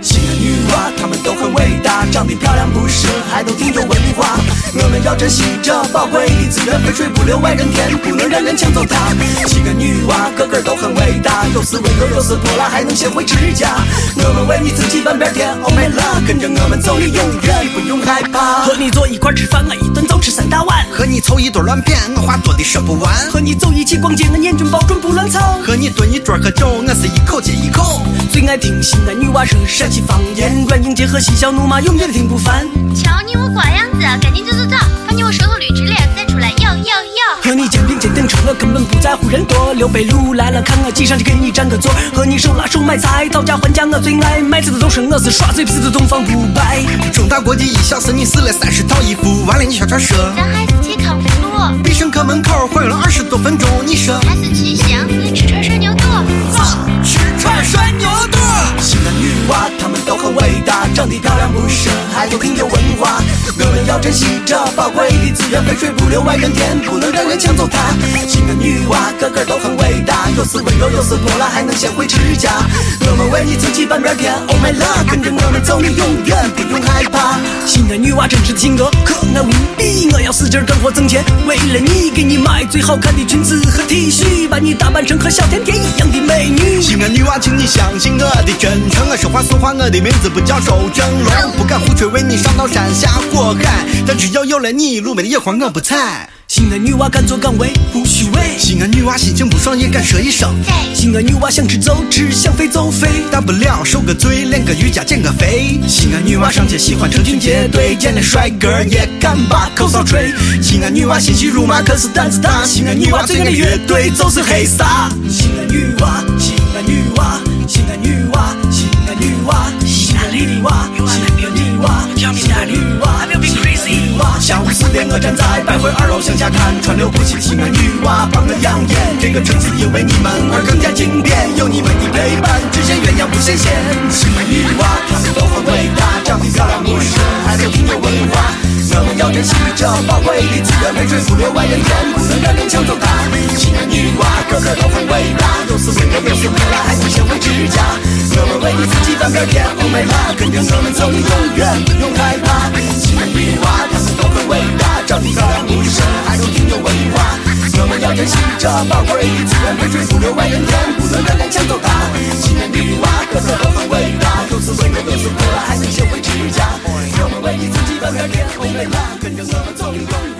G: 西安女娃
J: 他们都很伟大，长得漂亮朴实，还都挺有文化。我们要珍惜这宝贵的资源，肥水不流外人田，不能让人抢走它。七个女娃，个个都很伟大，有时温柔，有时泼辣，还能学会指甲。我们为你自己半边天，Oh my love，跟着我们走，你永远不用害怕。
G: 和你坐一块儿吃饭，我一顿就吃三大碗；
K: 和你凑一堆乱谝，我话多的说不完。
G: 和你走一起逛街，我眼睛保准不乱操。
K: 和你蹲一桌喝酒，我是一口接一口。
G: 最爱听西安女娃说陕西方言，软硬结合，嬉笑怒骂，永远听不烦。
A: 瞧你我瓜样子，赶紧走走走，把你我舌头捋直了再出来，哟哟哟！
G: 和你肩并肩等车，我根本不在乎人多。刘备路来了，看我挤上去给你占个座。和你手拉手买菜，讨价还价我最爱。卖菜的都说我是耍嘴皮子，东方不败。
K: 中大国际一小时，你试了三十套衣服，完了你小圈说。
A: 咱还是去康菲路，
K: 必胜客门口晃悠了二十多分钟，你说
A: 还是去西洋菜吃串涮牛肚。
G: 吃串涮牛肚。
J: 西安女娃，她们都很伟大，长得漂亮不是，还都挺有文化。我们要珍惜这宝贵的资源，肥水不流外人田，不能让人抢走它。西安女娃，个个都很伟大，有时温柔，有时泼辣，还能学会指甲。我们为你自己半边天，Oh my love，跟着我们走，你永远不用害怕。
G: 西安女娃真是性格可爱无比，我要使劲干活挣钱，为了你给你买最好看的裙子和 T 恤，把你打扮成和小甜甜一样的美女。
K: 西安女娃，请你相信我的真诚，我说话算话，我的名字不叫周正龙，不敢胡吹，为你上刀山下火海，但只要有了你，路边的野花我不采。
G: 西安女娃敢做敢为，不虚伪。
K: 西安女娃心情不爽也敢说一声，
G: 西安女娃想吃就吃，想飞就飞。
K: 大不了受个罪，练个瑜伽减个肥。西安女娃上街喜欢成群结队，见了帅哥也敢把口哨吹。西安女娃欣喜辱骂，可是胆子大。西安女娃最爱的乐队就是黑撒。
J: 西安女娃，西安女娃，西安女娃，西安女娃，西安女娃，西安女娃，西安女娃，西安女娃。
K: 下午四点，我站在百汇二楼向下看，川流不息，西安女娃帮我养眼。这个城市因为你们而更加经典，有你们的陪伴，只羡鸳鸯不羡仙。西安女娃，她们都很伟大，长得漂亮不是，还都挺有文化。我们要珍惜这宝贵的资源，肥水不流外人田，不能让人抢走它。西安女娃，个个都很伟大，有时温柔，有时泼辣，还能学会指甲。我们为你自己翻边天，Oh my love，跟着我们走，你永远不用害怕。西安女娃，她们都很伟大，长得漂亮不是，还都挺有文化。我们要珍惜这宝贵的资源，肥水不流外人田，不能让人抢走它。西安女娃，个个都很伟大，有时温柔，有时泼辣，还能学会指甲。我们为你自己翻边天，Oh my love，跟着我们走，你永远。